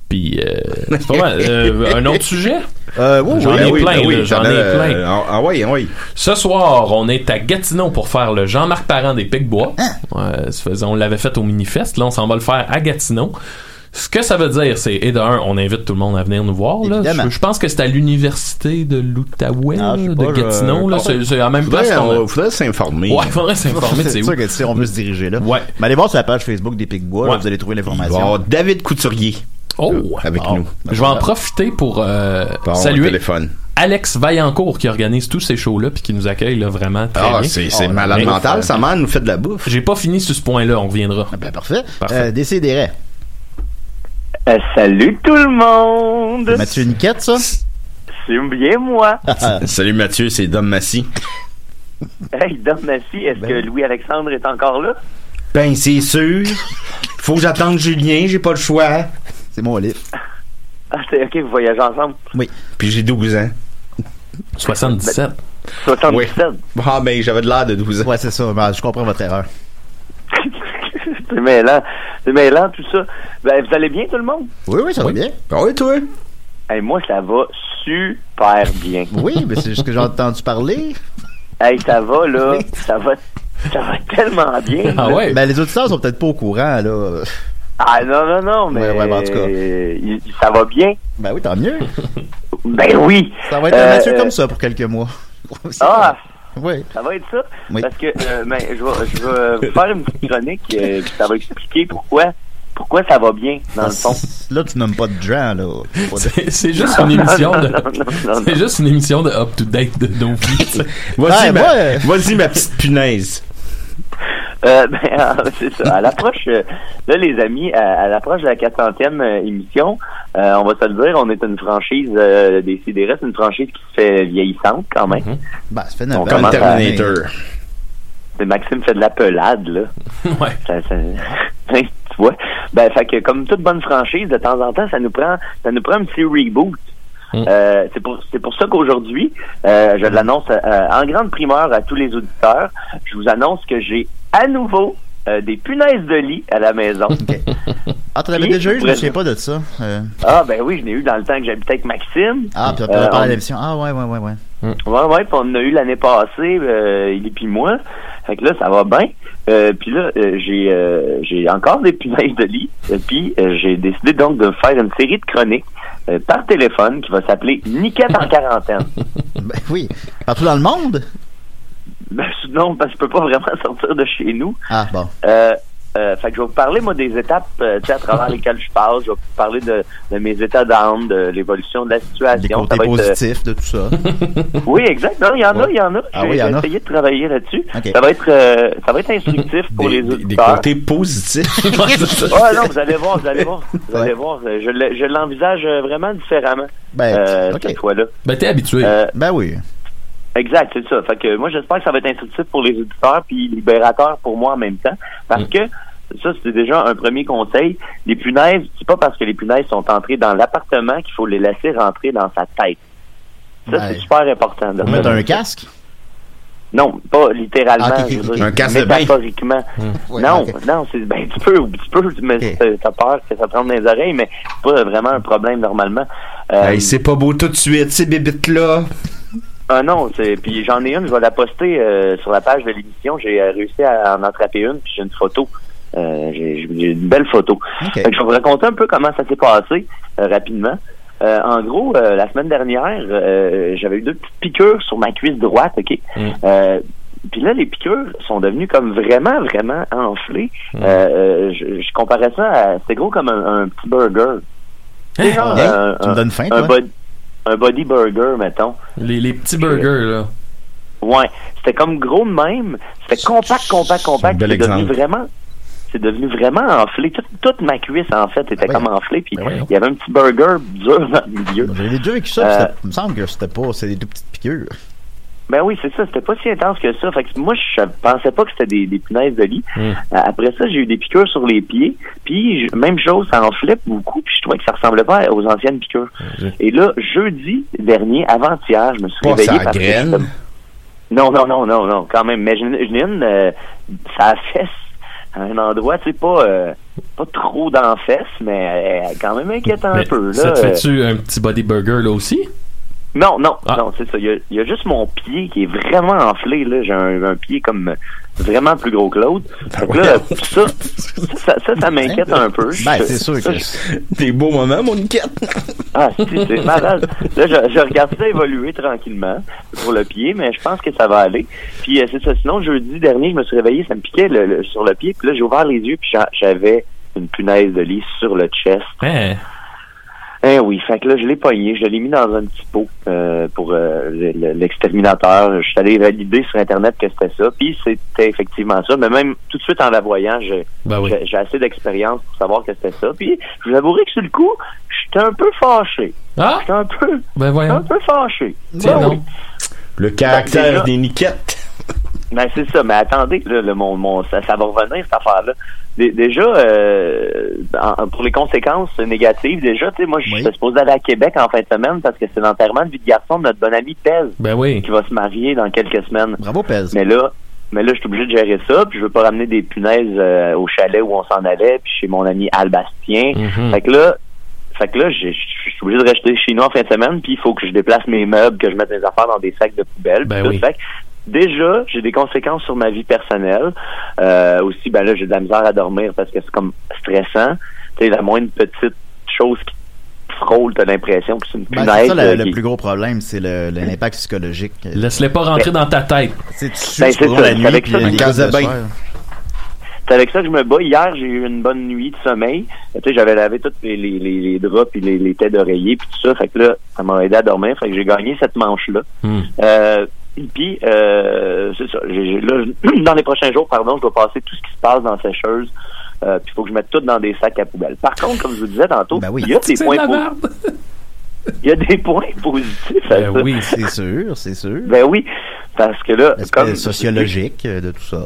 [SPEAKER 6] Puis, euh, c'est pas mal. Euh, un autre sujet?
[SPEAKER 2] Euh, oui,
[SPEAKER 6] J'en
[SPEAKER 7] oui,
[SPEAKER 6] ai
[SPEAKER 7] oui,
[SPEAKER 6] plein,
[SPEAKER 7] ben oui,
[SPEAKER 6] là, j'en
[SPEAKER 7] t'en
[SPEAKER 6] ai
[SPEAKER 7] as,
[SPEAKER 6] plein.
[SPEAKER 7] euh, ah, ah oui, ah oui.
[SPEAKER 6] Ce soir, on est à Gatineau pour faire le Jean-Marc Parent des Pics-Bois. Ouais, ça faisait- on l'avait fait au Minifest. Là, on s'en va le faire à Gatineau. Ce que ça veut dire, c'est, et de un, on invite tout le monde à venir nous voir. Là.
[SPEAKER 7] Évidemment.
[SPEAKER 6] Je, je pense que c'est à l'université de l'Outaouais,
[SPEAKER 7] Ah, je sais
[SPEAKER 6] de
[SPEAKER 7] pas, je-
[SPEAKER 6] Gatineau.
[SPEAKER 2] Ah,
[SPEAKER 6] là. C'est c'est à la même
[SPEAKER 7] Faudrait-
[SPEAKER 6] place qu'on a-
[SPEAKER 7] on- faudrait s'informer.
[SPEAKER 6] Ouais, faudrait s'informer, c'est
[SPEAKER 2] C'est
[SPEAKER 6] où.
[SPEAKER 2] sûr que si on veut se diriger là.
[SPEAKER 6] Ouais.
[SPEAKER 2] Mais allez voir sur la page Facebook des Picbois, là, vous allez trouver
[SPEAKER 7] Il va y
[SPEAKER 2] l'information. Ah.
[SPEAKER 7] avoir David Couturier.
[SPEAKER 6] Oh!
[SPEAKER 7] avec nous.
[SPEAKER 6] Je vais en profiter pour euh,
[SPEAKER 7] Bon,
[SPEAKER 6] saluer
[SPEAKER 7] le téléphone.
[SPEAKER 6] Alex Vaillancourt qui organise tous ces shows-là puis qui nous accueille là, vraiment très
[SPEAKER 7] Ah,
[SPEAKER 6] bien.
[SPEAKER 7] c'est- c'est malade mental, sa mère nous fait de la bouffe. Ah,
[SPEAKER 6] J'ai pas fini sur ce point-là, on reviendra.
[SPEAKER 2] ben parfait.
[SPEAKER 6] Parfait.
[SPEAKER 2] Euh, Décidérez.
[SPEAKER 3] Euh, salut tout le monde!
[SPEAKER 2] Mathieu Niquette, ça?
[SPEAKER 3] C'est bien moi!
[SPEAKER 7] (laughs) Salut Mathieu, c'est Dom Massy.
[SPEAKER 3] Hey, Dom Massy, est-ce que Louis-Alexandre est encore là?
[SPEAKER 7] Ben, c'est sûr. Faut que j'attende Julien, j'ai pas le choix.
[SPEAKER 2] C'est mon livre.
[SPEAKER 3] Ah, c'est ok, vous voyagez ensemble.
[SPEAKER 7] Oui. Puis j'ai 12 ans.
[SPEAKER 6] 77.
[SPEAKER 3] 77.
[SPEAKER 7] Ah, ben, j'avais de l'air de 12 ans.
[SPEAKER 2] Ouais, c'est ça. Ben, je comprends votre erreur.
[SPEAKER 3] C'est mêlant. C'est mêlant, tout ça. Ben, vous allez bien, tout le monde?
[SPEAKER 2] Oui, oui, ça va bien.
[SPEAKER 7] oui, toi?
[SPEAKER 3] Hey, moi, ça va super bien.
[SPEAKER 2] Oui, mais c'est juste que j'ai
[SPEAKER 6] (laughs)
[SPEAKER 2] entendu parler.
[SPEAKER 3] Hey, ça va, là. ça va. Ça va tellement bien. là.
[SPEAKER 2] Ben, les auditeurs sont peut-être pas au courant, là.
[SPEAKER 3] Ah, non, non, non, mais.
[SPEAKER 2] Ouais, ouais, ben, en tout cas.
[SPEAKER 3] il- Ça va bien?
[SPEAKER 2] Ben oui, tant mieux.
[SPEAKER 7] (laughs)
[SPEAKER 3] Ben oui.
[SPEAKER 2] Ça va être
[SPEAKER 3] Euh,
[SPEAKER 2] un Mathieu
[SPEAKER 3] euh,
[SPEAKER 2] comme ça pour quelques mois. (laughs)
[SPEAKER 3] Ah!
[SPEAKER 2] Oui.
[SPEAKER 3] Ça va être ça?
[SPEAKER 2] Oui.
[SPEAKER 3] Parce que euh, ben, je vais, je vais vous faire une petite chronique, euh, puis ça va expliquer pourquoi
[SPEAKER 7] pourquoi ça va bien, dans le fond.
[SPEAKER 2] (laughs) Là, tu nommes pas de gens, là.
[SPEAKER 6] (laughs) C'est- C'est juste une émission de. (laughs) C'est juste une émission de up to date de nos vies.
[SPEAKER 2] (laughs)
[SPEAKER 6] tu sais.
[SPEAKER 5] Vas-y,
[SPEAKER 6] Ouais,
[SPEAKER 5] ma,
[SPEAKER 6] moi,
[SPEAKER 2] euh,
[SPEAKER 5] vas-y, ma petite punaise.
[SPEAKER 7] Euh, ben, euh, c'est ça. À l'approche, euh, là, les amis, à, à l'approche de la 400e euh, émission, euh, on va se le dire, on est une franchise euh, des CDRS, une franchise qui se fait vieillissante quand même.
[SPEAKER 2] Ben, ça fait neuf ans.
[SPEAKER 7] Comme Terminator. Mais Maxime fait de la pelade, là.
[SPEAKER 6] ouais.
[SPEAKER 7] Ça, ça- tu vois? Ben, fait que, comme toute bonne franchise, de temps en temps, ça nous prend, ça nous prend un petit reboot. Euh, c'est pour c'est pour ça qu'aujourd'hui, euh, je l'annonce euh, en grande primeur à tous les auditeurs. Je vous annonce que j'ai à nouveau euh, des punaises de lit à la maison.
[SPEAKER 2] Ah, t'en avais
[SPEAKER 7] Oui,
[SPEAKER 2] déjà eu, je me
[SPEAKER 7] vraiment.
[SPEAKER 2] souviens pas de ça. Euh,
[SPEAKER 7] Ah ben oui, je l'ai eu dans le temps que j'habitais avec Maxime.
[SPEAKER 2] Ah, puis on
[SPEAKER 7] Euh,
[SPEAKER 2] a parlé
[SPEAKER 7] on-
[SPEAKER 2] à l'émission. Ah, ouais, ouais, ouais, ouais.
[SPEAKER 7] Ouais, ouais, puis on en a eu l'année passée, euh, il et puis moi. Fait que là, ça va bien. Euh, puis là, euh, j'ai euh, j'ai encore des punaises de lit. Et puis, euh, j'ai décidé donc de faire une série de chroniques euh, par téléphone qui va s'appeler Niquette en quarantaine.
[SPEAKER 2] Ben oui. Partout dans le monde?
[SPEAKER 7] Ben, (laughs) non, parce que je peux pas vraiment (laughs) sortir de chez nous.
[SPEAKER 2] Ah, bon.
[SPEAKER 7] Euh, euh, fait que je vais vous parler, moi, des étapes euh, tu sais,
[SPEAKER 2] (laughs)
[SPEAKER 7] à travers lesquelles je passe. Je vais vous parler de, de mes états d'âme, de l'évolution de la situation.
[SPEAKER 2] Des
[SPEAKER 7] Ça
[SPEAKER 2] côtés
[SPEAKER 7] va être, euh,
[SPEAKER 2] positifs de tout ça.
[SPEAKER 7] (laughs) Oui, exact. Non, il y en a, il y en a.
[SPEAKER 2] Ah
[SPEAKER 7] J'ai
[SPEAKER 2] oui, il y en a.
[SPEAKER 7] essayé de travailler là-dessus.
[SPEAKER 2] Ok.
[SPEAKER 7] Ça va être, euh, ça va
[SPEAKER 2] (laughs)
[SPEAKER 7] être instructif pour les auditeurs. (laughs)
[SPEAKER 5] Côté positif.
[SPEAKER 7] Ah non, vous allez voir, vous allez voir, vous allez voir. euh, Je l'ai- je l'envisage euh, vraiment différemment
[SPEAKER 2] Ben,
[SPEAKER 7] euh,
[SPEAKER 2] ok.
[SPEAKER 7] cette fois-là. Euh,
[SPEAKER 6] Ben, t'es habitué.
[SPEAKER 2] ben oui.
[SPEAKER 7] Exact, c'est ça. Fait que moi, j'espère que ça va être instructif pour les auditeurs puis libérateur pour moi en même temps, parce
[SPEAKER 6] Mm.
[SPEAKER 7] que ça, c'est déjà un premier conseil. Les punaises, c'est pas parce que les punaises sont entrées dans l'appartement qu'il faut les laisser rentrer dans sa tête. Ça,
[SPEAKER 2] Ouais.
[SPEAKER 7] c'est super important. de
[SPEAKER 2] On met un
[SPEAKER 7] retenir ça.
[SPEAKER 2] casque?
[SPEAKER 7] Non, pas littéralement,
[SPEAKER 2] Ah, ok, ok,
[SPEAKER 7] je veux
[SPEAKER 2] ok.
[SPEAKER 7] dire,
[SPEAKER 2] Un casse de bain.
[SPEAKER 7] métaphoriquement.
[SPEAKER 2] Hmm. Ouais,
[SPEAKER 7] non,
[SPEAKER 2] ok.
[SPEAKER 7] non, c'est ben tu peux, tu peux, mais euh, t'as peur que ça te rentre dans les oreilles, mais c'est pas vraiment un problème normalement. Euh,
[SPEAKER 5] Hey, c'est pas beau tout de suite, ces bébites-là.
[SPEAKER 7] ah non, c'est puis j'en ai une, je vais la poster euh, sur la page de l'émission. J'ai euh, réussi à en attraper une, puis j'ai une photo. Euh, j'ai j'ai une belle photo. Fait que je vais vous raconter un peu comment ça s'est passé euh, rapidement. Euh, en gros, euh, la semaine dernière, euh, j'avais eu deux petites piqûres sur ma cuisse droite, ok. Euh, puis là, les piqûres sont devenues comme vraiment, vraiment enflées. Euh, euh, je, je comparais ça à... C'est gros comme un, un petit burger. C'est genre
[SPEAKER 2] Hey,
[SPEAKER 7] un-
[SPEAKER 2] tu me
[SPEAKER 7] un-
[SPEAKER 2] donnes faim,
[SPEAKER 7] un
[SPEAKER 2] toi?
[SPEAKER 7] body- un body burger, mettons.
[SPEAKER 6] Les, les petits burgers, là.
[SPEAKER 7] Ouais, c'était comme gros de même. C'était compact, compact, compact.
[SPEAKER 6] bel
[SPEAKER 7] C'est devenu
[SPEAKER 6] exemple.
[SPEAKER 7] vraiment, c'est devenu vraiment enflé. Toute, toute ma cuisse en fait
[SPEAKER 6] Ah, ben
[SPEAKER 7] était comme enflée. Puis
[SPEAKER 6] hein.
[SPEAKER 7] il y avait un petit burger dur dans le milieu.
[SPEAKER 2] J'avais déjà vécu ça, puis
[SPEAKER 7] Euh,
[SPEAKER 2] c'était- il me semble que c'était pas. C'est des tout petites piqûres.
[SPEAKER 7] Ben oui, c'est ça. C'était pas si intense que ça. Fait que moi, je pensais pas que c'était des, des punaises de lit.
[SPEAKER 6] Hmm.
[SPEAKER 7] Euh, Après ça, j'ai eu des piqûres sur les pieds. Puis je- même chose, ça enflait beaucoup. Puis je trouvais que ça ressemblait pas aux anciennes piqûres.
[SPEAKER 6] Hmm,
[SPEAKER 7] Et là, jeudi dernier, avant-hier, je me suis
[SPEAKER 5] Pas
[SPEAKER 7] réveillé
[SPEAKER 5] sa
[SPEAKER 7] parce que
[SPEAKER 5] graine.
[SPEAKER 7] j'étais- Non, non, non, non, non, quand même. Mais j'en j'en ai une, euh, ça fesse à un endroit, tu sais, pas, euh, pas trop dans la fesse, mais euh, quand même inquiétant un
[SPEAKER 6] Mais
[SPEAKER 7] peu. Là,
[SPEAKER 6] ça te
[SPEAKER 7] euh,
[SPEAKER 6] fait-tu un petit body burger, là aussi?
[SPEAKER 7] non, non,
[SPEAKER 6] Ah.
[SPEAKER 7] non, c'est ça. Il y, a, il y a juste mon pied qui est vraiment enflé. là. J'ai un, un pied comme vraiment plus gros que l'autre.
[SPEAKER 6] Ben
[SPEAKER 7] Fait que là, ça, ça, ça, ça m'inquiète un peu. Je- ça, je-
[SPEAKER 5] Des beaux moments, mon niquette.
[SPEAKER 7] ah, si,
[SPEAKER 6] (laughs)
[SPEAKER 7] c'est malade. Là, je, je regarde ça évoluer tranquillement pour le pied, mais je pense que ça va aller. Puis, euh, c'est ça. Sinon, jeudi dernier, je me suis réveillé, ça me piquait le- le- sur le pied. Puis là, j'ai ouvert les yeux, puis j'a- j'avais une punaise de lit sur le chest.
[SPEAKER 6] Hein?
[SPEAKER 7] Eh oui, fait que là, je l'ai pogné, je l'ai mis dans un petit pot euh, pour euh, le- le- l'exterminateur. Je suis allé valider sur Internet que c'était ça, puis c'était effectivement ça. Mais même tout de suite en la voyant, je-
[SPEAKER 6] Ben oui.
[SPEAKER 7] j'ai j'ai assez d'expérience pour savoir que c'était ça. Puis je vous avouerai que sur le coup, j'étais un peu fâché.
[SPEAKER 6] Ah?
[SPEAKER 7] J'étais un peu,
[SPEAKER 6] Ben
[SPEAKER 7] un
[SPEAKER 6] voyons.
[SPEAKER 7] peu fâché.
[SPEAKER 6] Tiens,
[SPEAKER 7] Ben oui.
[SPEAKER 6] non.
[SPEAKER 5] Le caractère
[SPEAKER 7] Déjà-
[SPEAKER 5] des niquettes.
[SPEAKER 7] (laughs) Ben c'est ça, mais attendez, là, le, mon, mon, ça, ça va revenir cette affaire-là. Dé- Déjà, euh, en- pour les conséquences négatives, déjà, tu sais, moi, je suis supposé aller à Québec en fin de semaine parce que c'est l'enterrement de vie de garçon de notre bon ami Pez,
[SPEAKER 6] Ben oui.
[SPEAKER 7] qui va se marier dans quelques semaines.
[SPEAKER 2] Bravo, Pez.
[SPEAKER 7] Mais là, mais là, je suis obligé de gérer ça, puis je veux pas ramener des punaises euh, au chalet où on s'en allait, puis chez mon ami Al Bastien.
[SPEAKER 6] Mhm.
[SPEAKER 7] Fait que là, fait que là, j'ai- je suis obligé de rester chez nous en fin de semaine, puis il faut que je déplace mes meubles, que je mette mes affaires dans des sacs de poubelle.
[SPEAKER 6] Ben
[SPEAKER 7] puis tout.
[SPEAKER 6] oui.
[SPEAKER 7] Fait que déjà, j'ai des conséquences sur ma vie personnelle. Euh, aussi, ben là, j'ai de la misère à dormir parce que c'est comme stressant. Tu sais, la moindre petite chose qui te frôle, t'as l'impression que c'est une
[SPEAKER 2] Ben,
[SPEAKER 7] punaise.
[SPEAKER 2] c'est ça le,
[SPEAKER 7] euh,
[SPEAKER 2] le
[SPEAKER 7] qui-
[SPEAKER 2] plus gros problème, c'est le- le- l'impact psychologique.
[SPEAKER 6] Laisse-les pas rentrer dans ta tête.
[SPEAKER 2] C'est tu
[SPEAKER 7] Ben,
[SPEAKER 2] sues
[SPEAKER 7] c'est
[SPEAKER 2] pendant
[SPEAKER 7] ça,
[SPEAKER 2] la
[SPEAKER 7] c'est
[SPEAKER 2] nuit,
[SPEAKER 7] avec
[SPEAKER 2] puis
[SPEAKER 7] ça
[SPEAKER 2] les
[SPEAKER 7] que-
[SPEAKER 2] gaz de
[SPEAKER 7] Ben,
[SPEAKER 2] soir.
[SPEAKER 7] c'est avec ça que je me bats. Hier, j'ai eu une bonne nuit de sommeil. Tu sais, j'avais lavé toutes les, les, les, les draps puis les, les têtes d'oreiller puis tout ça. Fait que là, ça m'a aidé à dormir. Fait que j'ai gagné cette manche-là. Euh, puis, euh, c'est ça. J'ai- j'ai- là, je- dans les prochains jours, pardon, je dois passer tout ce qui se passe dans la sécheuse. Euh, puis, il faut que je mette tout dans des sacs à poubelle. Par contre, comme je vous disais tantôt,
[SPEAKER 2] Ben
[SPEAKER 7] il y a des
[SPEAKER 2] C'est
[SPEAKER 7] points
[SPEAKER 2] de la
[SPEAKER 7] po-
[SPEAKER 2] merde.
[SPEAKER 7] (laughs) Il y a des points positifs à
[SPEAKER 2] Ben
[SPEAKER 7] ça.
[SPEAKER 2] oui, c'est sûr, c'est sûr.
[SPEAKER 7] Ben oui, parce que là,
[SPEAKER 2] L'aspect sociologique euh, de tout ça.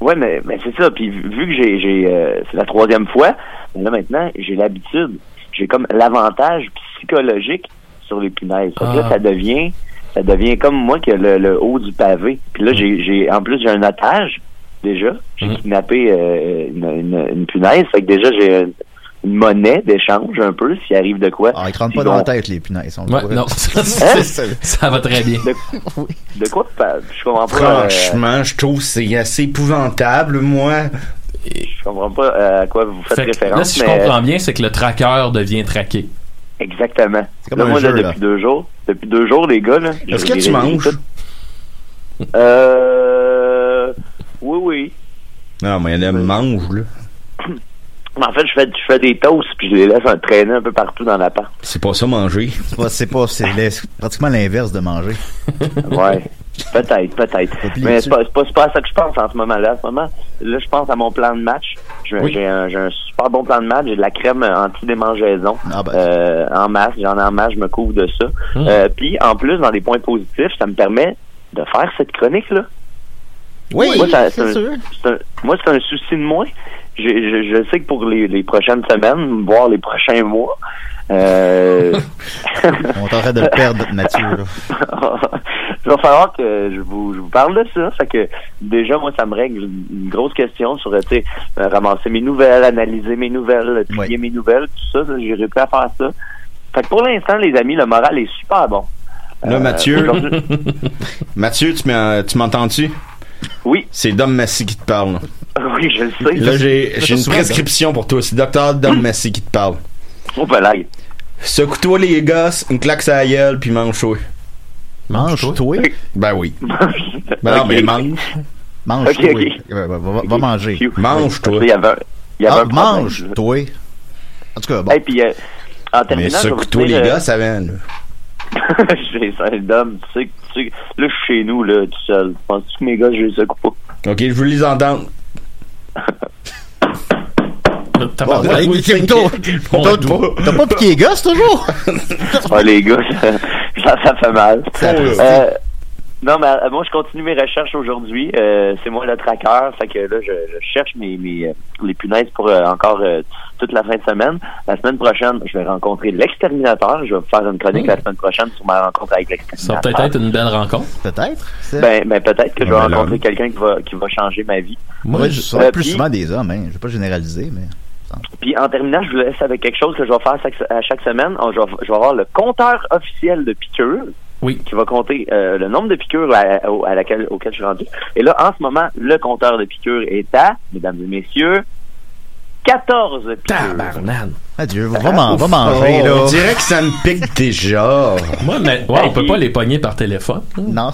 [SPEAKER 7] Ouais, mais, mais c'est ça. Puis vu- vu que j'ai, j'ai euh, c'est la troisième fois, mais là maintenant, j'ai l'habitude. J'ai comme l'avantage psychologique sur les punaises. Fait que là,
[SPEAKER 10] Ah.
[SPEAKER 7] ça devient, ça devient comme moi que le, le haut du pavé. Puis là, j'ai, j'ai, en plus, j'ai un otage déjà. J'ai
[SPEAKER 2] Mhm.
[SPEAKER 7] kidnappé euh, une, une- une punaise. Fait que déjà, j'ai une, une monnaie d'échange un peu s'il arrive de quoi.
[SPEAKER 2] Ah, ils te rentrent pas dans la tête, les punaises. on le voit.
[SPEAKER 7] non.
[SPEAKER 6] Ça va très bien.
[SPEAKER 7] De, de quoi tu parles? Je comprends pas. euh,
[SPEAKER 5] Franchement, je trouve que c'est assez épouvantable, moi.
[SPEAKER 7] je comprends pas euh, à quoi vous faites
[SPEAKER 6] Fait que
[SPEAKER 7] référence.
[SPEAKER 6] là, si je
[SPEAKER 7] mais, euh,
[SPEAKER 6] comprends bien, c'est que le tracker devient traqué.
[SPEAKER 7] Exactement.
[SPEAKER 6] comme
[SPEAKER 7] Là,
[SPEAKER 6] un
[SPEAKER 7] moi, là,
[SPEAKER 6] jeu, là.
[SPEAKER 7] depuis deux jours, depuis deux jours, les gars, là.
[SPEAKER 5] Est-ce
[SPEAKER 7] je-
[SPEAKER 5] que
[SPEAKER 7] les
[SPEAKER 5] tu
[SPEAKER 7] réveille
[SPEAKER 5] manges?
[SPEAKER 7] tout. Euh. Oui, oui.
[SPEAKER 2] Ah,
[SPEAKER 5] Non, mais elle mange, là.
[SPEAKER 7] (clears throat) Mais en fait, je fais, je fais des toasts, puis je les laisse un- traîner un peu partout dans l'appart.
[SPEAKER 5] C'est pas ça manger.
[SPEAKER 2] C'est pas, c'est pas, c'est l'es- pratiquement l'inverse de manger.
[SPEAKER 7] Ouais. Peut-être, peut-être. Mais c'est pas, c'est pas, c'est pas à ça que je pense en ce moment-là. En ce moment, là, je pense à mon plan de match. Je- J'ai
[SPEAKER 2] Oui.
[SPEAKER 7] un, j'ai un super bon plan de match. J'ai de la crème anti-démangeaison
[SPEAKER 2] Ah, ben,
[SPEAKER 7] euh, en masse. J'en ai en masse, je me couvre de ça.
[SPEAKER 6] Hmm.
[SPEAKER 7] Euh, Puis, en plus, dans les points positifs, ça me permet de faire cette chronique-là.
[SPEAKER 2] Oui,
[SPEAKER 7] Moi, ça-
[SPEAKER 2] c'est
[SPEAKER 7] un-
[SPEAKER 2] sûr.
[SPEAKER 7] c'est un- moi, c'est un souci de moi. Je, je, je sais que pour les, les prochaines semaines, voire les prochains mois, euh,
[SPEAKER 2] (laughs) On t'arrête de le perdre, Mathieu. là.
[SPEAKER 7] (laughs) il va falloir que je vous, je vous parle de ça. Fait que déjà, moi, ça me règle une grosse question sur, euh, tu sais, euh, ramasser mes nouvelles, analyser mes nouvelles, trier mes nouvelles, tout ça. ça, J'ai réussi à faire ça. Fait que pour l'instant, les amis, le moral est super bon.
[SPEAKER 5] Là,
[SPEAKER 7] Euh,
[SPEAKER 5] Mathieu.
[SPEAKER 7] aujourd'hui-
[SPEAKER 5] (laughs) Mathieu, tu m'en- tu m'entends-tu?
[SPEAKER 7] Oui.
[SPEAKER 5] C'est Dom Massy qui te parle.
[SPEAKER 7] (laughs) oui, je le sais.
[SPEAKER 5] Là, j'ai
[SPEAKER 2] hein.
[SPEAKER 7] Ça, ça,
[SPEAKER 5] j'ai une
[SPEAKER 7] souvent, Dom.
[SPEAKER 5] prescription pour toi. C'est docteur Dom Massy qui te
[SPEAKER 7] (laughs)
[SPEAKER 5] parle.
[SPEAKER 7] Oh, ben là.
[SPEAKER 5] Secoue-toi les gosses, une claque sur la gueule, puis mange-toi.
[SPEAKER 2] Mange-toi?
[SPEAKER 7] (laughs)
[SPEAKER 5] Ben oui. ben non,
[SPEAKER 2] Ok.
[SPEAKER 5] mais mange.
[SPEAKER 2] Mange-toi.
[SPEAKER 5] Ok,
[SPEAKER 2] Ouais, va, va- va manger.
[SPEAKER 5] Mange-toi.
[SPEAKER 7] Il y avait, un- il y avait
[SPEAKER 2] Ah,
[SPEAKER 7] un problème.
[SPEAKER 2] mange-toi. En tout cas, bon.
[SPEAKER 7] Et puis, euh, en
[SPEAKER 5] Mais
[SPEAKER 7] terminant, je vais vous
[SPEAKER 5] secoue-toi les
[SPEAKER 7] dire, euh,
[SPEAKER 5] gosses avant. là.
[SPEAKER 7] j'ai ça, Dom, tu sais, que- tu sais, que- là, je suis chez nous, là, tout seul. Penses-tu que mes gars, je les secoue pas?
[SPEAKER 5] Ok, je veux les entendre.
[SPEAKER 2] Bon, hey, Kimto, T'as t'as pas piqué les gosses
[SPEAKER 7] (laughs)
[SPEAKER 2] toujours?
[SPEAKER 7] Ah, les gars, ça, ça fait mal.
[SPEAKER 2] apprécié.
[SPEAKER 7] Euh, (laughs) non, mais euh, moi, je continue mes recherches aujourd'hui. Euh, c'est moi le tracker. Fait que là, je, je cherche mes, mes, euh, les punaises pour euh, encore euh, toute la fin de semaine. La semaine prochaine, je vais rencontrer l'exterminateur. Je vais vous faire une chronique la semaine prochaine sur ma rencontre avec
[SPEAKER 6] Ça va
[SPEAKER 7] l'exterminateur.
[SPEAKER 6] peut-être être une belle rencontre.
[SPEAKER 2] Peut-être.
[SPEAKER 7] Ben, ben peut-être que je vais
[SPEAKER 2] Ah, ben là.
[SPEAKER 7] rencontrer quelqu'un qui va, qui va changer ma vie.
[SPEAKER 2] Moi, je
[SPEAKER 7] Euh,
[SPEAKER 2] serais plus
[SPEAKER 7] puis-
[SPEAKER 2] souvent des hommes, hein. Je vais pas généraliser, mais.
[SPEAKER 7] Puis en terminant, je vous laisse avec quelque chose que je vais faire chaque- à chaque semaine. On- Je vais, je vais avoir le compteur officiel de piqûres.
[SPEAKER 6] Oui.
[SPEAKER 7] Qui va compter euh, le nombre de piqûres à, au- à laquelle, auquel je suis rendu. Et là, en ce moment, le compteur de piqûres est à, mesdames et messieurs, 14 piqûres.
[SPEAKER 2] Adieu,
[SPEAKER 5] va, man- va manger, là. Ah, On dirait que ça me pique déjà.
[SPEAKER 6] Moi, mais ouais, on peut pas les pogner par téléphone.
[SPEAKER 2] Non,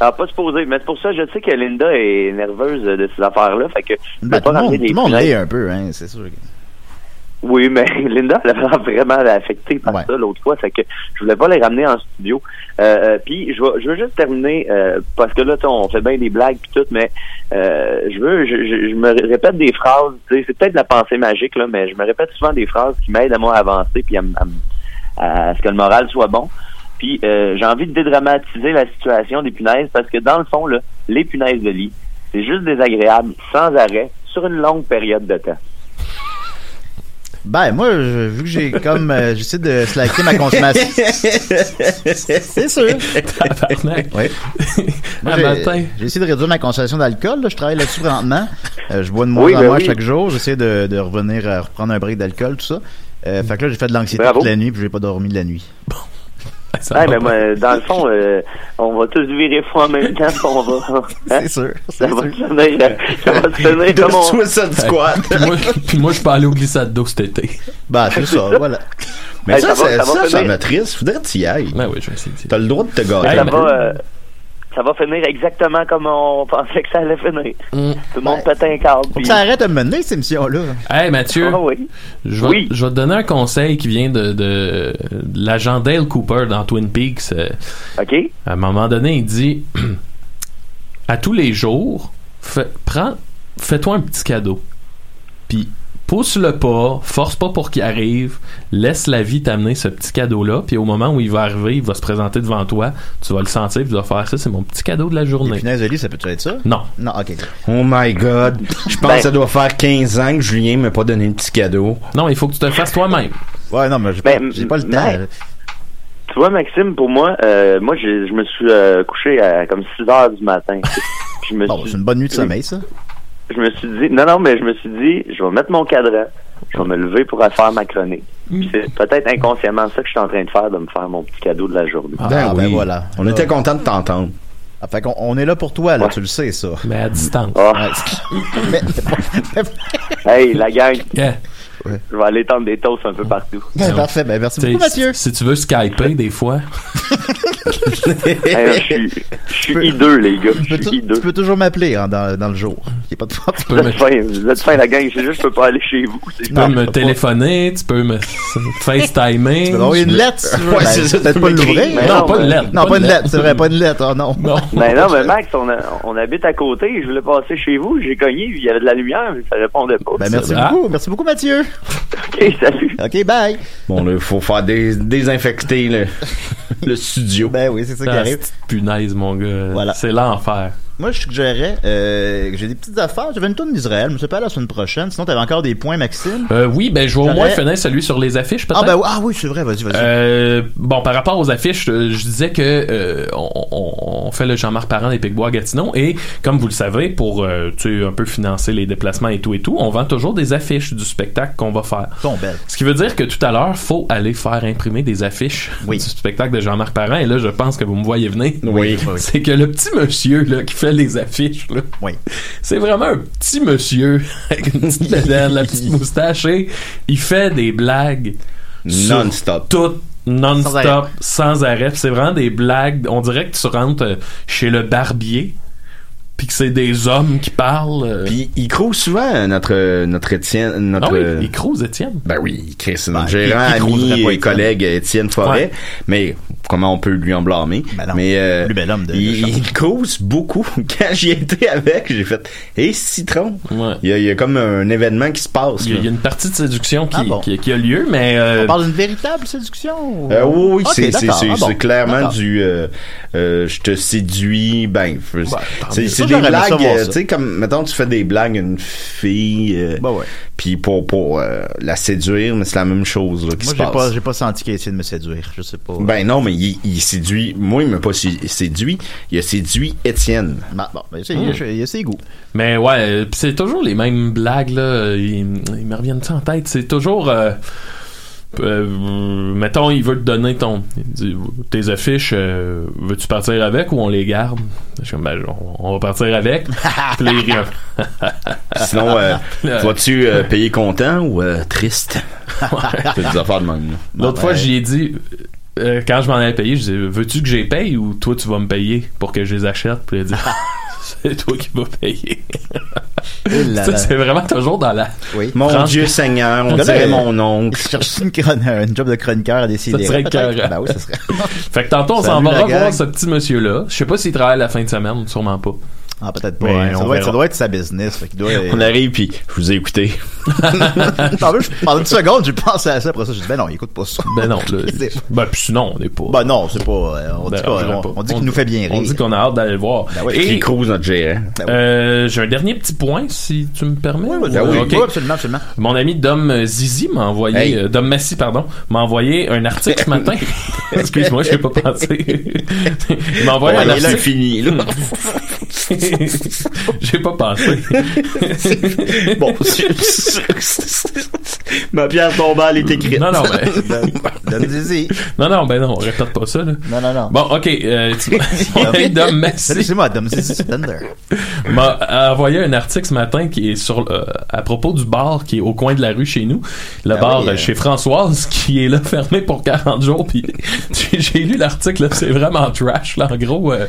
[SPEAKER 7] Ah, pas supposé. Mais c'est pour ça, je sais que Linda est nerveuse euh, de ces affaires-là. Fait que je vais
[SPEAKER 2] Ben, tout
[SPEAKER 7] pas
[SPEAKER 2] le monde,
[SPEAKER 7] ramener
[SPEAKER 2] tout
[SPEAKER 7] des
[SPEAKER 2] le monde
[SPEAKER 7] punaises.
[SPEAKER 2] l'est un peu, hein, c'est sûr.
[SPEAKER 7] Oui, mais (laughs) Linda, elle a vraiment affectée par ça l'autre fois. Fait que je voulais pas les ramener en studio. Euh, euh, puis je, vais- je veux juste terminer, euh, parce que là, tu sais, on fait bien des blagues puis tout, mais euh, je veux, je, je- je me répète des phrases. tu sais, C'est peut-être de la pensée magique, là, mais je me répète souvent des phrases qui m'aident à moi à avancer puis à, m- à m- à ce que le moral soit bon. Puis euh, j'ai envie de dédramatiser la situation des punaises parce que dans le fond, là, les punaises de lit, c'est juste désagréable, sans arrêt, sur une longue période de temps.
[SPEAKER 2] Ben, moi, je- vu que j'ai comme. euh, J'essaie de slacker ma consommation. c'est sûr. Oui. Moi,
[SPEAKER 6] Un
[SPEAKER 2] j'ai-
[SPEAKER 6] matin.
[SPEAKER 2] J'ai essayé de réduire ma consommation d'alcool. là. Je travaille là-dessus lentement. Euh, je bois de moins
[SPEAKER 6] Oui,
[SPEAKER 2] en
[SPEAKER 6] ben
[SPEAKER 2] moins
[SPEAKER 6] oui.
[SPEAKER 2] chaque jour. J'essaie de, de revenir à reprendre un break d'alcool, tout ça. Euh, fait que là, j'ai fait de l'anxiété
[SPEAKER 7] Bravo.
[SPEAKER 2] toute la nuit, puis j'ai pas dormi de la nuit. (laughs)
[SPEAKER 7] Ouais, mais moi, dans le fond, euh, on va tous virer fou en même temps, puis on va.
[SPEAKER 2] (laughs)
[SPEAKER 7] hein?
[SPEAKER 2] C'est sûr.
[SPEAKER 7] Ça va se tenir, ça va se tenir comme on.
[SPEAKER 6] Puis moi, puis moi, je peux aller au glissade d'eau cet été.
[SPEAKER 2] Bah,
[SPEAKER 7] c'est ça, voilà.
[SPEAKER 5] Mais
[SPEAKER 7] Hey,
[SPEAKER 5] ça,
[SPEAKER 7] ça va-
[SPEAKER 5] ça,
[SPEAKER 7] ça va
[SPEAKER 5] ça, ça
[SPEAKER 7] finir.
[SPEAKER 5] m'attriste. Faudrait que tu y ailles.
[SPEAKER 6] Ben oui, je vais essayer.
[SPEAKER 5] T'as le droit de te
[SPEAKER 7] Ça
[SPEAKER 5] gâter.
[SPEAKER 7] va, euh,
[SPEAKER 3] ça va finir exactement comme on pensait que ça allait finir. Tout le monde pète un câble.
[SPEAKER 2] Faut
[SPEAKER 3] puis-
[SPEAKER 2] que ça arrête de me mener, cette émission-là.
[SPEAKER 6] Hey Mathieu,
[SPEAKER 3] Ah oui.
[SPEAKER 6] je, vais,
[SPEAKER 3] Oui.
[SPEAKER 6] je vais te donner un conseil qui vient de, de- de l'agent Dale Cooper dans Twin Peaks. Euh, À un moment donné, il dit (clears throat) à tous les jours, fais- prends- fais-toi un petit cadeau. Puis pousse le pas, force pas pour qu'il arrive, laisse la vie t'amener ce petit cadeau-là. Puis au moment où il va arriver, il va se présenter devant toi, tu vas le sentir, puis tu vas faire ça, c'est mon petit cadeau de la journée.
[SPEAKER 2] Punaise ça peut être ça?
[SPEAKER 6] Non.
[SPEAKER 2] Non, ok.
[SPEAKER 7] Oh my god. Je pense
[SPEAKER 6] Ben.
[SPEAKER 7] que ça doit faire 15 ans que Julien m'a pas donné de petit cadeau.
[SPEAKER 6] Non, il faut que tu te le fasses toi-même.
[SPEAKER 2] Ouais, non, mais j'ai
[SPEAKER 7] pas,
[SPEAKER 2] le
[SPEAKER 3] temps. Ben, Tu vois, Maxime, pour moi, euh, moi, j'ai- je me suis euh, couché à comme 6 heures du matin. Je me
[SPEAKER 2] Bon,
[SPEAKER 3] suis-
[SPEAKER 2] c'est une bonne nuit de sommeil, ça.
[SPEAKER 3] Je me suis dit, non, non, mais je me suis dit, je vais mettre mon cadran, je vais me lever pour faire ma chronique. Puis C'est peut-être inconsciemment ça que je suis en train de faire, de me faire mon petit cadeau de la
[SPEAKER 6] (laughs)
[SPEAKER 3] journée.
[SPEAKER 7] ben, oui.
[SPEAKER 2] voilà.
[SPEAKER 7] On était content de t'entendre.
[SPEAKER 2] Ah, fait qu'on on est là pour toi, là, tu le sais, ça.
[SPEAKER 6] Mais à distance.
[SPEAKER 3] hey, la gang.
[SPEAKER 6] Yeah.
[SPEAKER 3] Je vais aller tendre des toasts un peu partout.
[SPEAKER 2] Ben, parfait, ben, merci beaucoup, Mathieu.
[SPEAKER 6] Si tu veux Skyper des fois.
[SPEAKER 3] Hey, je suis- je suis hideux, les gars.
[SPEAKER 2] Tu peux, tou- tu peux toujours m'appeler hein, dans, dans le jour. Il n'y a pas de problème.
[SPEAKER 3] Vous êtes fin, vous êtes fin, la gang. C'est juste, je peux pas aller chez vous. c'est-
[SPEAKER 6] Tu peux me téléphoner, tu
[SPEAKER 2] (laughs)
[SPEAKER 6] peux me FaceTimer.
[SPEAKER 2] Tu peux envoyer une lettre, si tu veux. Ben, peut-être pas l'ouvrir.
[SPEAKER 6] Non, pas une lettre.
[SPEAKER 2] Non, pas une lettre, c'est vrai, pas une lettre. Oh non.
[SPEAKER 3] Ben non, mais Max, on, a- on habite à côté. Je voulais passer chez vous. J'ai cogné. Il y avait de la lumière, mais ça répondait pas.
[SPEAKER 2] Ben, merci beaucoup. Merci beaucoup, Mathieu.
[SPEAKER 3] OK, salut.
[SPEAKER 2] OK, bye.
[SPEAKER 7] Bon, là, il faut faire des, désinfecter le, le studio.
[SPEAKER 2] Ben oui, c'est ça qui arrive.
[SPEAKER 6] Ah, Punaise, mon gars. C'est l'enfer.
[SPEAKER 2] Moi, je suggérais euh, que j'ai des petites affaires. J'avais une tourne d'Israël, mais c'est pas la semaine prochaine. Sinon, t'avais encore des points, Maxime.
[SPEAKER 6] Euh, oui, ben je vais au moins
[SPEAKER 2] J'aurais-
[SPEAKER 6] finir celui sur les affiches, peut-être.
[SPEAKER 2] Ah, ben, ah oui, c'est vrai, vas-y, vas-y.
[SPEAKER 6] Euh, bon, par rapport aux affiches, euh, je disais que euh, on, on- on fait le Jean-Marc Parent des Picbois à Gatineau et comme vous le savez, pour euh, tu sais, un peu financer les déplacements et tout et tout, on vend toujours des affiches du spectacle qu'on va faire.
[SPEAKER 2] Sont belles.
[SPEAKER 6] Ce qui veut dire que tout à l'heure, faut aller faire imprimer des affiches du spectacle de Jean-Marc Parent et là, je pense que vous me voyez venir.
[SPEAKER 7] Oui.
[SPEAKER 6] C'est que le petit monsieur là, qui fait les affiches, là, c'est vraiment un petit monsieur (laughs) avec une petite bedaine, la
[SPEAKER 7] (laughs)
[SPEAKER 6] petite moustache et il fait des blagues sur
[SPEAKER 7] Non-stop.
[SPEAKER 6] Tout
[SPEAKER 7] Sans
[SPEAKER 6] non-stop,
[SPEAKER 7] arrêt.
[SPEAKER 6] sans arrêt. Puis C'est vraiment des blagues. On dirait que tu rentres euh, chez le barbier, puis que c'est des hommes qui parlent. euh.
[SPEAKER 7] Puis il crouse souvent euh, notre euh, notre Étienne notre
[SPEAKER 6] Ah oui,
[SPEAKER 7] euh,
[SPEAKER 6] il crouse Étienne.
[SPEAKER 7] Ben oui, Chris, c'est notre
[SPEAKER 6] Ben,
[SPEAKER 7] gérant,
[SPEAKER 6] il- il croiserait
[SPEAKER 7] ami
[SPEAKER 6] pas
[SPEAKER 7] et
[SPEAKER 6] Étienne.
[SPEAKER 7] collègue euh, Étienne Forêt,
[SPEAKER 6] Ouais.
[SPEAKER 7] mais comment on peut lui en blâmer Mais euh, il, il cause beaucoup. (laughs) Quand j'y étais avec, j'ai fait "Et citron." Il y, a, il y a comme un événement qui se passe.
[SPEAKER 6] Il y a- il y a une partie de séduction qui,
[SPEAKER 7] Ah bon.
[SPEAKER 6] qui- qui a lieu, mais euh,
[SPEAKER 2] On parle d'une véritable séduction. ou-
[SPEAKER 7] Euh, oui, oui,
[SPEAKER 2] Ok,
[SPEAKER 7] c'est- c'est
[SPEAKER 2] d'accord.
[SPEAKER 7] c'est-
[SPEAKER 2] Ah bon,
[SPEAKER 7] c'est clairement
[SPEAKER 2] d'accord.
[SPEAKER 7] du euh, euh, je te séduis, ben f- c'est
[SPEAKER 2] mieux.
[SPEAKER 7] c'est
[SPEAKER 2] Ça,
[SPEAKER 7] des
[SPEAKER 2] j'aurais aimé
[SPEAKER 7] blagues,
[SPEAKER 2] savoir
[SPEAKER 7] euh,
[SPEAKER 2] ça.
[SPEAKER 7] tu sais comme mettons tu fais des blagues à une fille, euh, puis pour pour euh, la séduire, mais c'est la même chose là, qui
[SPEAKER 2] Moi,
[SPEAKER 7] se
[SPEAKER 2] j'ai
[SPEAKER 7] passe.
[SPEAKER 2] pas, j'ai pas senti qu'il a essayé de me séduire. Je sais pas.
[SPEAKER 7] Ben non, mais il, il séduit. Moi, il m'a pas sé- séduit. Il a séduit Étienne.
[SPEAKER 2] bon, ben,
[SPEAKER 6] Hmm.
[SPEAKER 2] il y a ses goûts.
[SPEAKER 6] Mais ouais, euh, pis c'est toujours les mêmes blagues, là. Ils, ils me reviennent ça en tête. C'est toujours. euh, euh, mettons, il veut te donner ton. il dit, tes affiches, euh, veux-tu partir avec ou on les garde Je suis comme, ben, on, on va partir avec. Puis là, il rit un-
[SPEAKER 7] (laughs) Sinon, euh,
[SPEAKER 6] Là,
[SPEAKER 7] vas-tu euh, payer content ou euh, triste? C'est des affaires de même. là. ben,
[SPEAKER 6] L'autre fois, j'y ai dit, euh, quand je m'en avais payé, je disais, veux-tu que j'y paye ou toi tu vas me payer pour que je les achète? Puis il a dit, (laughs) c'est toi qui vas payer.
[SPEAKER 2] là
[SPEAKER 6] (laughs) Ça,
[SPEAKER 2] là.
[SPEAKER 6] c'est vraiment toujours dans la.
[SPEAKER 7] Mon
[SPEAKER 6] Franche-
[SPEAKER 7] Dieu Seigneur, on
[SPEAKER 2] Le gars,
[SPEAKER 7] dirait
[SPEAKER 2] euh,
[SPEAKER 7] mon oncle.
[SPEAKER 2] Je cherche une chron- un job de chroniqueur à décider.
[SPEAKER 6] Ça serait
[SPEAKER 2] Peut-être.
[SPEAKER 6] écœurant.
[SPEAKER 2] Ben oui, ça serait.
[SPEAKER 6] Fait que tantôt, on s'en
[SPEAKER 2] Salut,
[SPEAKER 6] va
[SPEAKER 2] la gang.
[SPEAKER 6] revoir ce petit monsieur-là. Je sais pas s'il travaille la fin de semaine, sûrement pas.
[SPEAKER 2] Ah, peut-être
[SPEAKER 6] Mais
[SPEAKER 2] Ouais, ça,
[SPEAKER 6] on
[SPEAKER 2] doit être,
[SPEAKER 6] verra.
[SPEAKER 2] ça doit être sa business. Fait qu'il doit,
[SPEAKER 7] On arrive, puis je vous
[SPEAKER 2] (laughs)
[SPEAKER 7] ai écouté.
[SPEAKER 2] Attends, je- pendant une seconde, j'ai pensé à ça. Après ça, j'ai dit, ben non, il écoute pas ça.
[SPEAKER 6] Ben non,
[SPEAKER 2] (laughs)
[SPEAKER 6] là, ben puis sinon, on n'est pas.
[SPEAKER 2] Ben non, c'est pas. euh, On dit,
[SPEAKER 6] Ben,
[SPEAKER 2] pas,
[SPEAKER 6] je dirais
[SPEAKER 2] on,
[SPEAKER 6] pas.
[SPEAKER 2] on dit qu'il nous fait bien rire.
[SPEAKER 6] On dit qu'on a hâte d'aller le voir.
[SPEAKER 2] oui.
[SPEAKER 6] Et
[SPEAKER 7] Il crouse notre gérant.
[SPEAKER 6] euh, j'ai un dernier petit point, si tu me permets.
[SPEAKER 2] Ben oui,
[SPEAKER 6] Ok.
[SPEAKER 2] oui, absolument, absolument.
[SPEAKER 6] Mon ami Dom euh, Zizi m'a envoyé,
[SPEAKER 2] Hey.
[SPEAKER 6] euh, Dom Massy, pardon, m'a envoyé un article ce matin. Excuse-moi, je n'ai pas pensé. il m'a envoyé
[SPEAKER 7] Ouais,
[SPEAKER 6] un
[SPEAKER 7] là,
[SPEAKER 6] article.
[SPEAKER 7] c'est fini, là.
[SPEAKER 6] J'ai pas pensé.
[SPEAKER 7] bon, ma pierre tombale est écrite.
[SPEAKER 6] Non,
[SPEAKER 2] (laughs)
[SPEAKER 6] non, ben.
[SPEAKER 2] Donne-y.
[SPEAKER 6] Non, non, ben non, répète pas ça, là.
[SPEAKER 2] Non, non, non.
[SPEAKER 6] Bon, ok.
[SPEAKER 2] (laughs)
[SPEAKER 6] Euh, tu- Hey, Dom, merci.
[SPEAKER 2] C'est moi, Dom, c'est- c'est Thunder.
[SPEAKER 6] m'a envoyé un article ce matin qui est sur euh, à propos du bar qui est au coin de la rue chez nous, le
[SPEAKER 2] Ah
[SPEAKER 6] bar
[SPEAKER 2] oui,
[SPEAKER 6] euh,
[SPEAKER 2] euh.
[SPEAKER 6] chez Françoise qui est là fermé pour 40 jours puis j'ai- j'ai lu l'article là, c'est vraiment trash là en gros euh,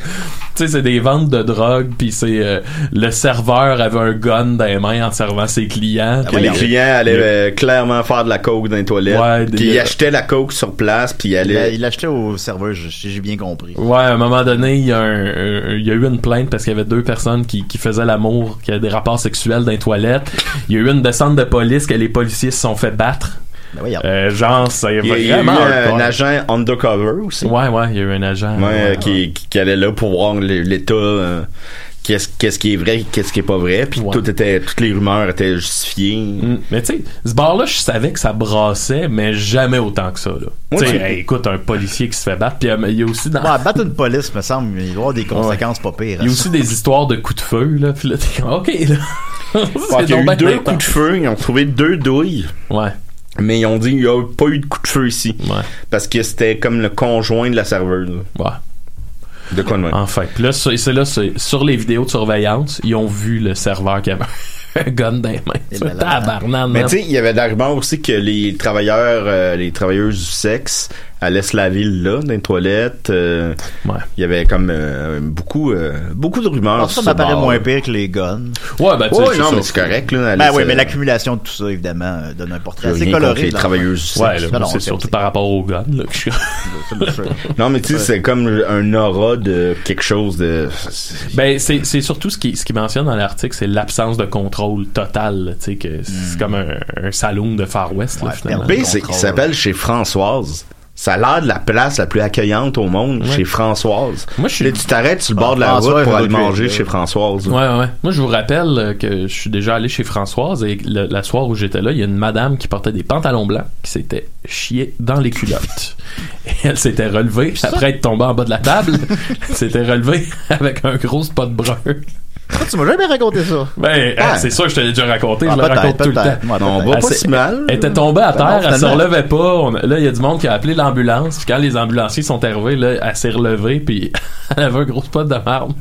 [SPEAKER 6] tu sais c'est des ventes de drogue puis c'est euh, le serveur avait un gun dans les mains en servant ses clients
[SPEAKER 7] Que les clients allaient euh, clairement faire de la coke dans les toilettes.
[SPEAKER 6] Ouais, des-
[SPEAKER 7] puis ils achetaient la coke sur place, puis ils allaient.
[SPEAKER 2] Il l'achetait au serveur, j'ai j'ai bien compris.
[SPEAKER 6] Ouais, à un moment donné, il y a, un- un- il y a eu une plainte parce qu'il y avait deux personnes qui, qui faisaient l'amour, qui avaient des rapports sexuels dans les toilettes. Il y a eu une descente de police que les policiers se sont fait battre. Euh, genre, c'est
[SPEAKER 7] Il y a- il y a eu
[SPEAKER 6] vraiment
[SPEAKER 7] un,
[SPEAKER 3] euh,
[SPEAKER 6] hardcore.
[SPEAKER 7] agent undercover aussi.
[SPEAKER 6] Ouais, ouais, il y a eu un agent.
[SPEAKER 7] Ouais, euh, Qui, qui- qui allait là pour voir le- l'état, euh, qu'est-ce qu'est-ce qui est vrai, qu'est-ce qui est pas vrai, puis tout était, toutes les rumeurs étaient justifiées.
[SPEAKER 6] Mm. Mais tu sais, ce bar-là, je savais que ça brassait, mais jamais autant que ça. Là.
[SPEAKER 2] Ouais,
[SPEAKER 6] Tu sais,
[SPEAKER 2] tu-
[SPEAKER 6] hey, écoute, un policier qui se fait battre, puis euh, il y a aussi dans...
[SPEAKER 2] Ouais, battre une police, me semble, mais il doit y avoir des conséquences pas pires. hein.
[SPEAKER 6] Il y a aussi des histoires de coups de feu, là. Puis là, t'es comme, OK, là.
[SPEAKER 7] Ouais,
[SPEAKER 6] C'est
[SPEAKER 7] il y a
[SPEAKER 6] donc
[SPEAKER 7] eu
[SPEAKER 6] ben
[SPEAKER 7] deux
[SPEAKER 6] intense.
[SPEAKER 7] coups de feu, ils ont trouvé deux douilles.
[SPEAKER 6] Ouais.
[SPEAKER 7] Mais ils ont dit il n'y a pas eu de coup de feu ici. Parce que c'était comme le conjoint de la serveuse.
[SPEAKER 6] Ouais.
[SPEAKER 7] De quoi de même.
[SPEAKER 6] Enfin, puis là, sur- c'est là, c'est- sur les vidéos de surveillance, ils ont vu le serveur qui avait (laughs) un gun dans les mains. Tabarnan,
[SPEAKER 7] Mais
[SPEAKER 6] man.
[SPEAKER 7] tu sais, il y avait l'argument aussi que les travailleurs, euh, les travailleuses du sexe allaient se laver là, dans les toilettes. euh, Il y avait comme euh, beaucoup, euh, beaucoup de rumeurs.
[SPEAKER 2] Alors, ça m'apparaît moins
[SPEAKER 7] pire que les guns.
[SPEAKER 6] Ouais, ben, tu sais,
[SPEAKER 7] Ouais,
[SPEAKER 6] c'est
[SPEAKER 7] non,
[SPEAKER 6] ça.
[SPEAKER 7] mais c'est correct, là. aller
[SPEAKER 2] Ben oui,
[SPEAKER 7] se-
[SPEAKER 2] mais l'accumulation de tout ça, évidemment, euh, donne un portrait
[SPEAKER 7] J'ai
[SPEAKER 2] assez
[SPEAKER 7] rien contre
[SPEAKER 2] coloré.
[SPEAKER 7] les
[SPEAKER 2] de la-
[SPEAKER 7] travailleuses du
[SPEAKER 2] Ouais,
[SPEAKER 7] sexe.
[SPEAKER 2] non, non,
[SPEAKER 7] Non, c'est
[SPEAKER 2] c'est-
[SPEAKER 6] Surtout par rapport au gun, là. que je-
[SPEAKER 7] Non, mais tu sais,
[SPEAKER 6] Ouais.
[SPEAKER 7] c'est comme un aura de quelque chose de.
[SPEAKER 6] Ben, c'est c'est surtout ce qui, ce qui mentionne dans l'article, c'est l'absence de contrôle total. là, Tu sais, que c'est comme un, un saloon de Far West, là, finalement.
[SPEAKER 7] Le pire, c'est qu'il s'appelle chez Françoise. Ça a l'air de la place la plus accueillante au monde,
[SPEAKER 6] Ouais.
[SPEAKER 7] chez Françoise.
[SPEAKER 6] Moi, je suis-
[SPEAKER 7] Là, tu t'arrêtes sur le bord de
[SPEAKER 2] Ah,
[SPEAKER 7] la
[SPEAKER 6] Françoise,
[SPEAKER 7] route pour
[SPEAKER 6] un
[SPEAKER 7] aller
[SPEAKER 6] autre
[SPEAKER 7] manger
[SPEAKER 6] lieu.
[SPEAKER 7] chez Françoise.
[SPEAKER 6] Ouais, ouais. Moi, je vous rappelle euh, que je suis déjà allé chez Françoise et le- la soirée où j'étais là, il y a une madame qui portait des pantalons blancs qui s'était chiée dans les culottes. Et elle s'était relevée après être tombée en bas de la table. elle s'était relevée avec un gros spot brun.
[SPEAKER 2] Ah, tu m'as jamais raconté ça.
[SPEAKER 6] Ben,
[SPEAKER 2] Ah.
[SPEAKER 6] hey, c'est sûr, je te l'ai déjà raconté,
[SPEAKER 2] Ah,
[SPEAKER 6] je le
[SPEAKER 2] peut-être,
[SPEAKER 6] raconte tout le temps.
[SPEAKER 2] peut-être. Ouais, On peut-être. va
[SPEAKER 6] Elle
[SPEAKER 2] pas
[SPEAKER 6] s'est-
[SPEAKER 2] si mal.
[SPEAKER 6] Elle était tombée à
[SPEAKER 2] Ben non,
[SPEAKER 6] terre, elle se
[SPEAKER 2] finalement.
[SPEAKER 6] relevait pas. On- là, il y a du monde qui a appelé l'ambulance. Puis quand les ambulanciers sont arrivés, là, elle s'est relevée, puis (laughs) elle avait un gros spot de marbre.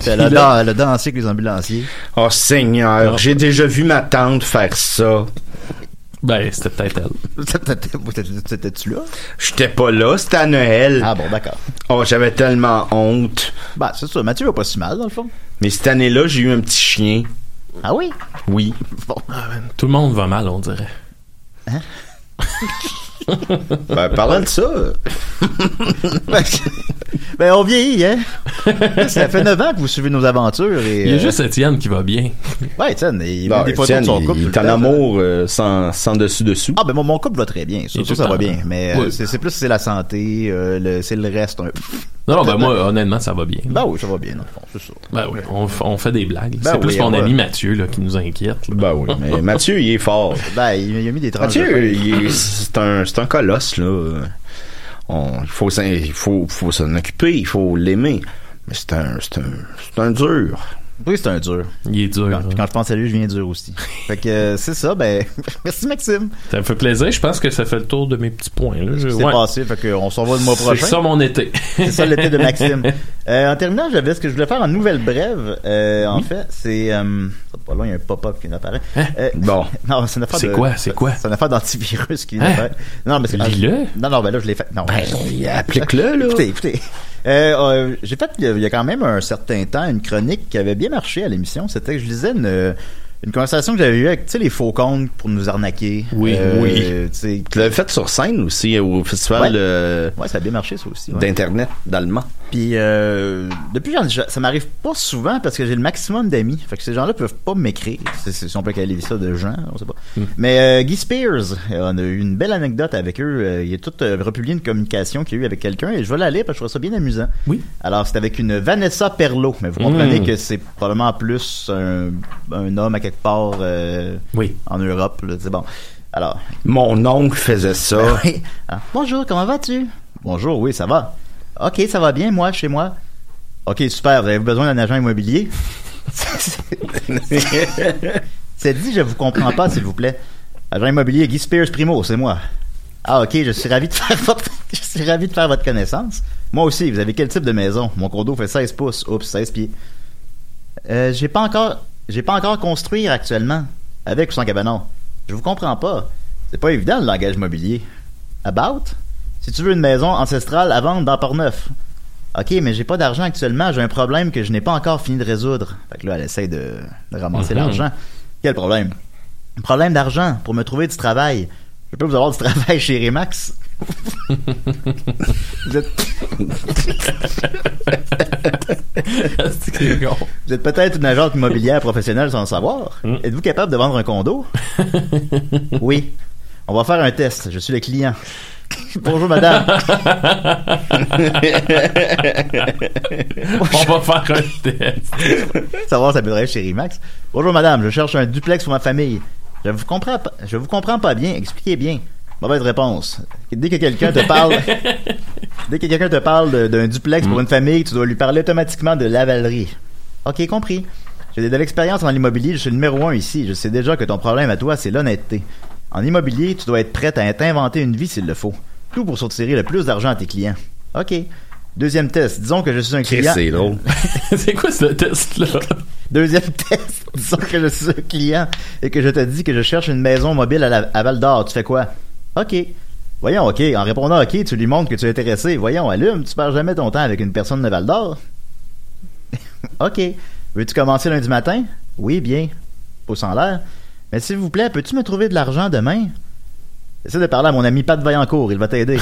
[SPEAKER 2] Puis Elle a,
[SPEAKER 6] Puis là-
[SPEAKER 2] dan- elle a dansé avec les ambulanciers.
[SPEAKER 7] Oh
[SPEAKER 6] Ah.
[SPEAKER 7] Seigneur, j'ai déjà vu ma tante faire ça.
[SPEAKER 6] Ben, c'était peut-être elle.
[SPEAKER 2] T'étais-tu là?
[SPEAKER 7] J'étais pas là, c'était à Noël.
[SPEAKER 2] Ah bon, d'accord.
[SPEAKER 7] Oh, j'avais tellement honte.
[SPEAKER 2] Bah, c'est ça, Mathieu va pas si mal, dans le fond.
[SPEAKER 7] Mais cette année-là, j'ai eu un petit chien.
[SPEAKER 2] Ah oui?
[SPEAKER 7] Oui.
[SPEAKER 6] Ah, Tout le monde va mal, on dirait.
[SPEAKER 2] Hein?
[SPEAKER 7] (laughs) Ben, parlant de ça.
[SPEAKER 2] (laughs) Ben, on vieillit, hein? ça fait 9 ans que vous suivez nos aventures. Et,
[SPEAKER 6] Il y a
[SPEAKER 2] euh,
[SPEAKER 6] juste Étienne qui va bien.
[SPEAKER 2] Ouais, Étienne, il
[SPEAKER 7] Non,
[SPEAKER 2] met des photos
[SPEAKER 7] Bah, Étienne,
[SPEAKER 2] de son
[SPEAKER 7] il-
[SPEAKER 2] couple.
[SPEAKER 7] il
[SPEAKER 2] tout
[SPEAKER 7] est en
[SPEAKER 2] le temps.
[SPEAKER 7] amour euh, sans, sans dessus-dessous.
[SPEAKER 2] Ah ben mon, mon couple va très bien, ça,
[SPEAKER 6] Il est
[SPEAKER 2] ça,
[SPEAKER 6] tout
[SPEAKER 2] ça
[SPEAKER 6] le
[SPEAKER 2] va
[SPEAKER 6] temps-
[SPEAKER 2] bien, mais euh,
[SPEAKER 6] Oui.
[SPEAKER 2] c'est c'est plus c'est la santé, euh, le- c'est le reste un peu.
[SPEAKER 6] Non, non, ben moi, honnêtement, ça va bien.
[SPEAKER 2] Ben oui, ça va bien, dans le fond, c'est ça.
[SPEAKER 6] Ben oui, on, f- on fait des blagues.
[SPEAKER 2] Ben
[SPEAKER 6] c'est plus
[SPEAKER 2] oui,
[SPEAKER 6] mon
[SPEAKER 2] ouais.
[SPEAKER 6] ami Mathieu là, qui nous inquiète. là.
[SPEAKER 7] Ben oui, mais Mathieu, il est fort.
[SPEAKER 2] Ben, il, il a mis des tranches. de
[SPEAKER 7] Mathieu,
[SPEAKER 2] pain.
[SPEAKER 7] Ah, il est- c'est un, c'est un colosse, là. On- Il faut, s'en- il faut, faut s'en occuper, il faut l'aimer. Mais c'est un, c'est un, c'est un dur.
[SPEAKER 2] Oui, c'est un dur.
[SPEAKER 6] Il est dur. hein.
[SPEAKER 2] Quand je pense à lui, je viens dur aussi. Fait que euh, c'est ça, ben (laughs) merci Maxime.
[SPEAKER 6] Ça me fait plaisir. Je pense que ça fait le tour de mes petits points. Là. Je-
[SPEAKER 2] C'est
[SPEAKER 6] ouais.
[SPEAKER 2] passé, fait qu'on se revoit le mois prochain.
[SPEAKER 6] C'est ça mon été.
[SPEAKER 2] C'est ça l'été
[SPEAKER 6] (laughs)
[SPEAKER 2] de Maxime. Euh, en terminant, j'avais ce que je voulais faire en nouvelle brève. Euh, En fait, c'est. euh, pas loin, il y a un pop-up qui apparaît.
[SPEAKER 7] bon.
[SPEAKER 2] (laughs) Non, c'est une affaire
[SPEAKER 6] Hein? C'est
[SPEAKER 2] de-
[SPEAKER 6] quoi, c'est quoi?
[SPEAKER 2] C'est une affaire d'antivirus qui
[SPEAKER 6] Hein?
[SPEAKER 2] apparaît. Non, mais c'est.
[SPEAKER 6] Lis-le.
[SPEAKER 2] Non, non, ben là, je l'ai fait. Non.
[SPEAKER 7] applique-le, là.
[SPEAKER 2] Écoutez, écoutez. Euh, euh, j'ai fait, il y a- il y a quand même un certain temps, une chronique qui avait bien marché à l'émission. C'était que je lisais une, euh, une conversation que j'avais eue avec, tu sais, les faux comptes pour nous arnaquer. Euh,
[SPEAKER 7] Oui, oui.
[SPEAKER 2] tu sais,
[SPEAKER 7] Tu l'avais fait sur scène aussi, au festival
[SPEAKER 2] Ouais.
[SPEAKER 7] euh,
[SPEAKER 2] Ouais, ça a bien marché, ça aussi. ouais.
[SPEAKER 7] d'Internet d'Allemand.
[SPEAKER 2] Puis, euh, depuis, j'en- je- ça m'arrive pas souvent parce que j'ai le maximum d'amis. Fait que ces gens-là peuvent pas m'écrire. C'est- c'est- Si on peut qualifier ça de gens, on sait pas. Mais euh, Guy Spears, euh, on a eu une belle anecdote avec eux. Euh, Il a tout euh, republié une communication qu'il y a eu avec quelqu'un et je vais la lire parce que je trouve ça bien amusant.
[SPEAKER 6] Oui.
[SPEAKER 2] Alors, c'est avec une Vanessa Perlo. Mais vous comprenez que c'est probablement plus un, un homme à quelque part euh,
[SPEAKER 6] Oui.
[SPEAKER 2] en Europe. là. C'est bon. Alors,
[SPEAKER 7] Mon oncle faisait ça.
[SPEAKER 2] oui. Alors, bonjour, comment vas-tu? Bonjour, oui, ça va. Ok, ça va bien, moi, chez moi. OK, super. Vous avez besoin d'un agent immobilier? C'est dit, je vous comprends pas, s'il vous plaît. Agent immobilier Guy Spears Primo, c'est moi. Ah, OK, je suis ravi de faire votre, (laughs) je suis ravi de faire votre connaissance. Moi aussi, vous avez quel type de maison? Mon cours d'eau fait 16 pouces. Oups, 16 pieds. Euh, j'ai pas encore, j'ai pas encore construire actuellement. Avec ou sans cabanon. Je vous comprends pas. C'est pas évident le langage mobilier. About? Si tu veux une maison ancestrale à vendre dans Portneuf. OK, mais j'ai pas d'argent actuellement, j'ai un problème que je n'ai pas encore fini de résoudre. Fait que là, elle essaie de, de ramasser
[SPEAKER 10] Mhm.
[SPEAKER 2] l'argent. Quel problème? Un problème d'argent pour me trouver du travail. Je peux vous avoir du travail chez Remax. vous êtes. vous êtes peut-être une agente immobilière professionnelle sans le savoir. Êtes-vous capable de vendre un
[SPEAKER 5] (laughs)
[SPEAKER 2] condo? oui. On va faire un test. Je suis le client. Bonjour
[SPEAKER 5] (laughs)
[SPEAKER 2] madame.
[SPEAKER 6] On va faire un test.
[SPEAKER 2] Savoir ça peut chez Remax. Bonjour madame, je cherche un duplex pour ma famille. Je vous comprends pas, je vous comprends pas bien, expliquez bien. Mauvaise réponse. Dès que quelqu'un te parle Dès que quelqu'un te parle de- d'un duplex pour une famille, tu dois lui parler automatiquement de Lavalerie. Ok, compris. J'ai de l'expérience en immobilier, je suis le numéro un ici. Je sais déjà que ton problème à toi, c'est l'honnêteté. En immobilier, tu dois être prête à t'inventer une vie s'il le faut. Tout pour soutirer le plus d'argent à tes clients. Ok. Deuxième test. Disons que je suis un client.
[SPEAKER 5] c'est drôle.
[SPEAKER 2] c'est quoi ce test-là? Deuxième test. Disons que je suis un client et que je te dis que je cherche une maison mobile à, la- à Val d'Or. Tu fais quoi? OK. Voyons, OK. En répondant OK, tu lui montres que tu es intéressé. Voyons, allume. Tu perds jamais ton temps avec une personne de Val d'Or. OK. Veux-tu commencer lundi matin? Oui, bien. Pouce en l'air. Mais s'il vous plaît, peux-tu me trouver de l'argent demain? Essaie de parler à mon ami Pat Vaillancourt, il va t'aider.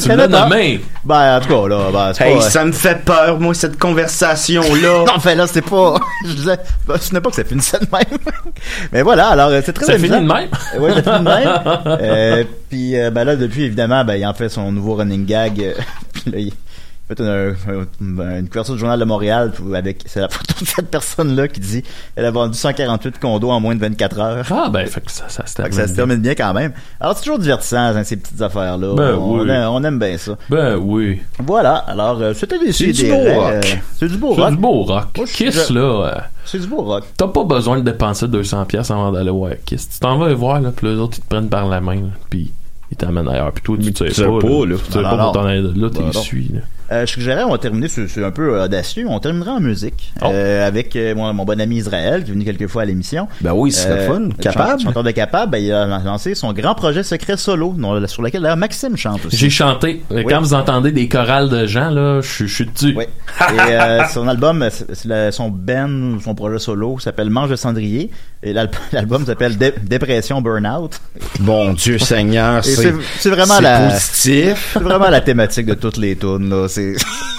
[SPEAKER 5] Tu l'as nommé.
[SPEAKER 2] Ben, en tout cas, là, ben, c'est
[SPEAKER 5] Hey,
[SPEAKER 2] pas-
[SPEAKER 5] ça me fait peur, moi, cette conversation-là.
[SPEAKER 2] non, mais là, c'était pas. (laughs) Je disais, ben, je souvenais pas que ça finissait de même. (laughs) Mais voilà, alors, euh, c'est très
[SPEAKER 6] Ça
[SPEAKER 2] amusant.
[SPEAKER 6] finit de même?
[SPEAKER 2] Oui, ça
[SPEAKER 6] (laughs)
[SPEAKER 2] finit de même. Euh, puis, euh, ben là, depuis, évidemment, ben, il en fait son nouveau running gag. euh, (laughs) puis là, il a fait une, un- une couverture du Journal de Montréal puis avec. C'est la photo de cette personne-là qui dit elle a vendu 148 condos en moins de 24 heures.
[SPEAKER 6] Ah, ben, fait que ça, ça se termine.
[SPEAKER 2] ça se termine bien quand même. Alors, c'est toujours divertissant, hein, ces petites affaires-là.
[SPEAKER 6] Ben
[SPEAKER 2] on,
[SPEAKER 6] oui.
[SPEAKER 2] a- on aime bien ça.
[SPEAKER 6] Ben oui.
[SPEAKER 2] Voilà, alors, euh, c'était des
[SPEAKER 6] C'est du
[SPEAKER 2] des-
[SPEAKER 6] beau
[SPEAKER 2] euh,
[SPEAKER 6] rock.
[SPEAKER 2] C'est du beau rock.
[SPEAKER 6] C'est du beau rock.
[SPEAKER 2] Moi, je suis-
[SPEAKER 6] Kiss,
[SPEAKER 2] je-
[SPEAKER 6] là. euh,
[SPEAKER 2] C'est du beau rock.
[SPEAKER 6] T'as pas besoin de dépenser 200$ piastres avant d'aller voir Kiss. Tu t'en vas les voir, là, puis les autres, ils te prennent par la main, là, puis ils t'amènent ailleurs. Puis toi, tu sais
[SPEAKER 5] sais
[SPEAKER 6] pas,
[SPEAKER 5] pas, là.
[SPEAKER 6] Tu sais
[SPEAKER 2] Non,
[SPEAKER 6] pas
[SPEAKER 2] non,
[SPEAKER 6] pour t'en aller de là,
[SPEAKER 2] Ben
[SPEAKER 6] t'es
[SPEAKER 2] non.
[SPEAKER 6] suis, là.
[SPEAKER 2] Euh, je suggérais, on va terminer, sur- sur un peu audacieux, on terminera en musique
[SPEAKER 6] Oh.
[SPEAKER 2] euh, avec euh, mon, mon bon ami Israël qui est venu quelques fois à l'émission. Euh,
[SPEAKER 5] Ben oui, ce serait fun.
[SPEAKER 2] le
[SPEAKER 5] Capable.
[SPEAKER 2] chan- Chanteur de Capable, ben, il a lancé son grand projet secret solo, dont- sur lequel d'ailleurs Maxime chante aussi.
[SPEAKER 6] J'ai chanté.
[SPEAKER 2] Oui.
[SPEAKER 6] Quand vous entendez des chorales de gens, là, je suis- je suis dessus.
[SPEAKER 2] Et euh, son album, euh, c'est- c'est le- son ben, son projet solo s'appelle Mange de cendrier. Et l'al- (laughs) l'album s'appelle Dé- Dépression Burnout.
[SPEAKER 5] Bon Dieu Seigneur,
[SPEAKER 2] Et
[SPEAKER 5] c'est
[SPEAKER 2] c'est vraiment
[SPEAKER 5] c'est
[SPEAKER 2] la
[SPEAKER 5] positif.
[SPEAKER 2] C'est vraiment la thématique de toutes les tunes là, c'est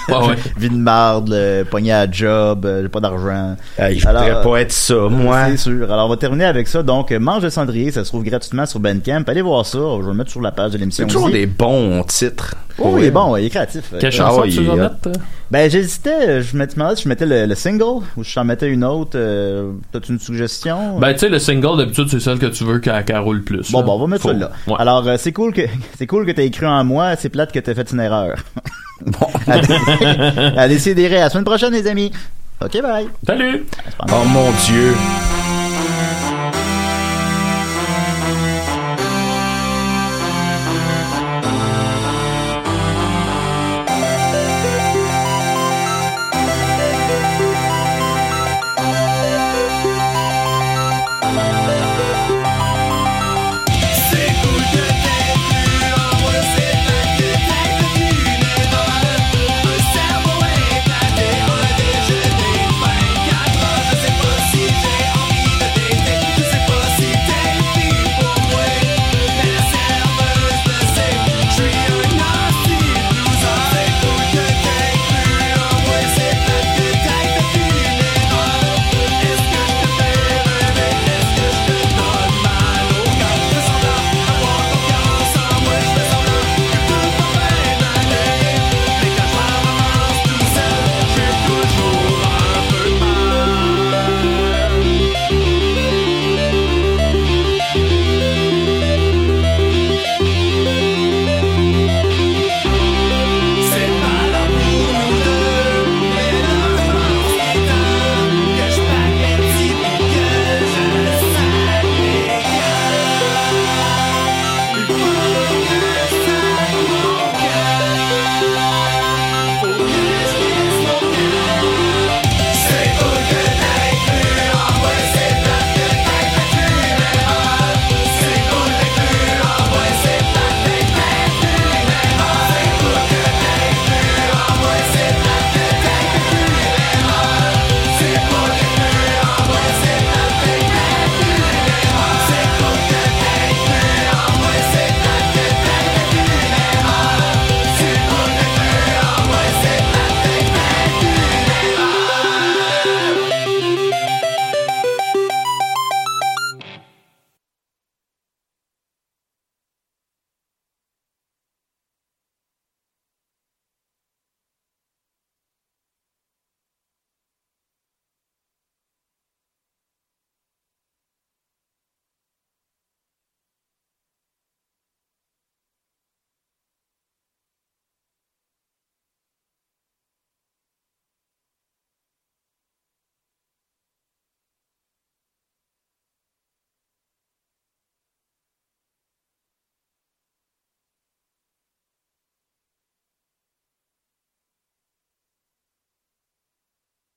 [SPEAKER 5] Ah Ouais, ouais.
[SPEAKER 2] (laughs) vie de marde, le pogné à job, euh, j'ai pas d'argent. euh,
[SPEAKER 5] je voudrais pas être ça, moi.
[SPEAKER 2] C'est sûr. Alors on va terminer avec ça. Donc euh, Mange de cendrier, ça se trouve gratuitement sur Bandcamp. Allez voir ça, je vais le mettre sur la page de
[SPEAKER 5] C'est
[SPEAKER 2] l'émission.
[SPEAKER 5] toujours
[SPEAKER 2] aussi.
[SPEAKER 5] des bons titres.
[SPEAKER 2] Oh, il est bon, il est créatif.
[SPEAKER 5] Quelle chanson Ah ouais, tu il vas est mettre,
[SPEAKER 6] hot.
[SPEAKER 2] Ben, j'hésitais. euh, Je me demandais si je mettais le, le single ou si j'en mettais une autre. euh, T'as-tu une suggestion?
[SPEAKER 6] Ben, tu sais, le single, d'habitude, c'est celle que tu veux qu'elle qu'elle roule plus.
[SPEAKER 2] Bon, bon, on va mettre
[SPEAKER 6] Faut-
[SPEAKER 2] celle-là. Alors, euh, c'est cool que (laughs) c'est cool que t'aies écrit en moi. C'est plate que t'aies fait une erreur. (laughs) bon. Allez, c'est À la semaine prochaine, les amis. OK, bye.
[SPEAKER 6] Salut.
[SPEAKER 5] Oh mon Dieu.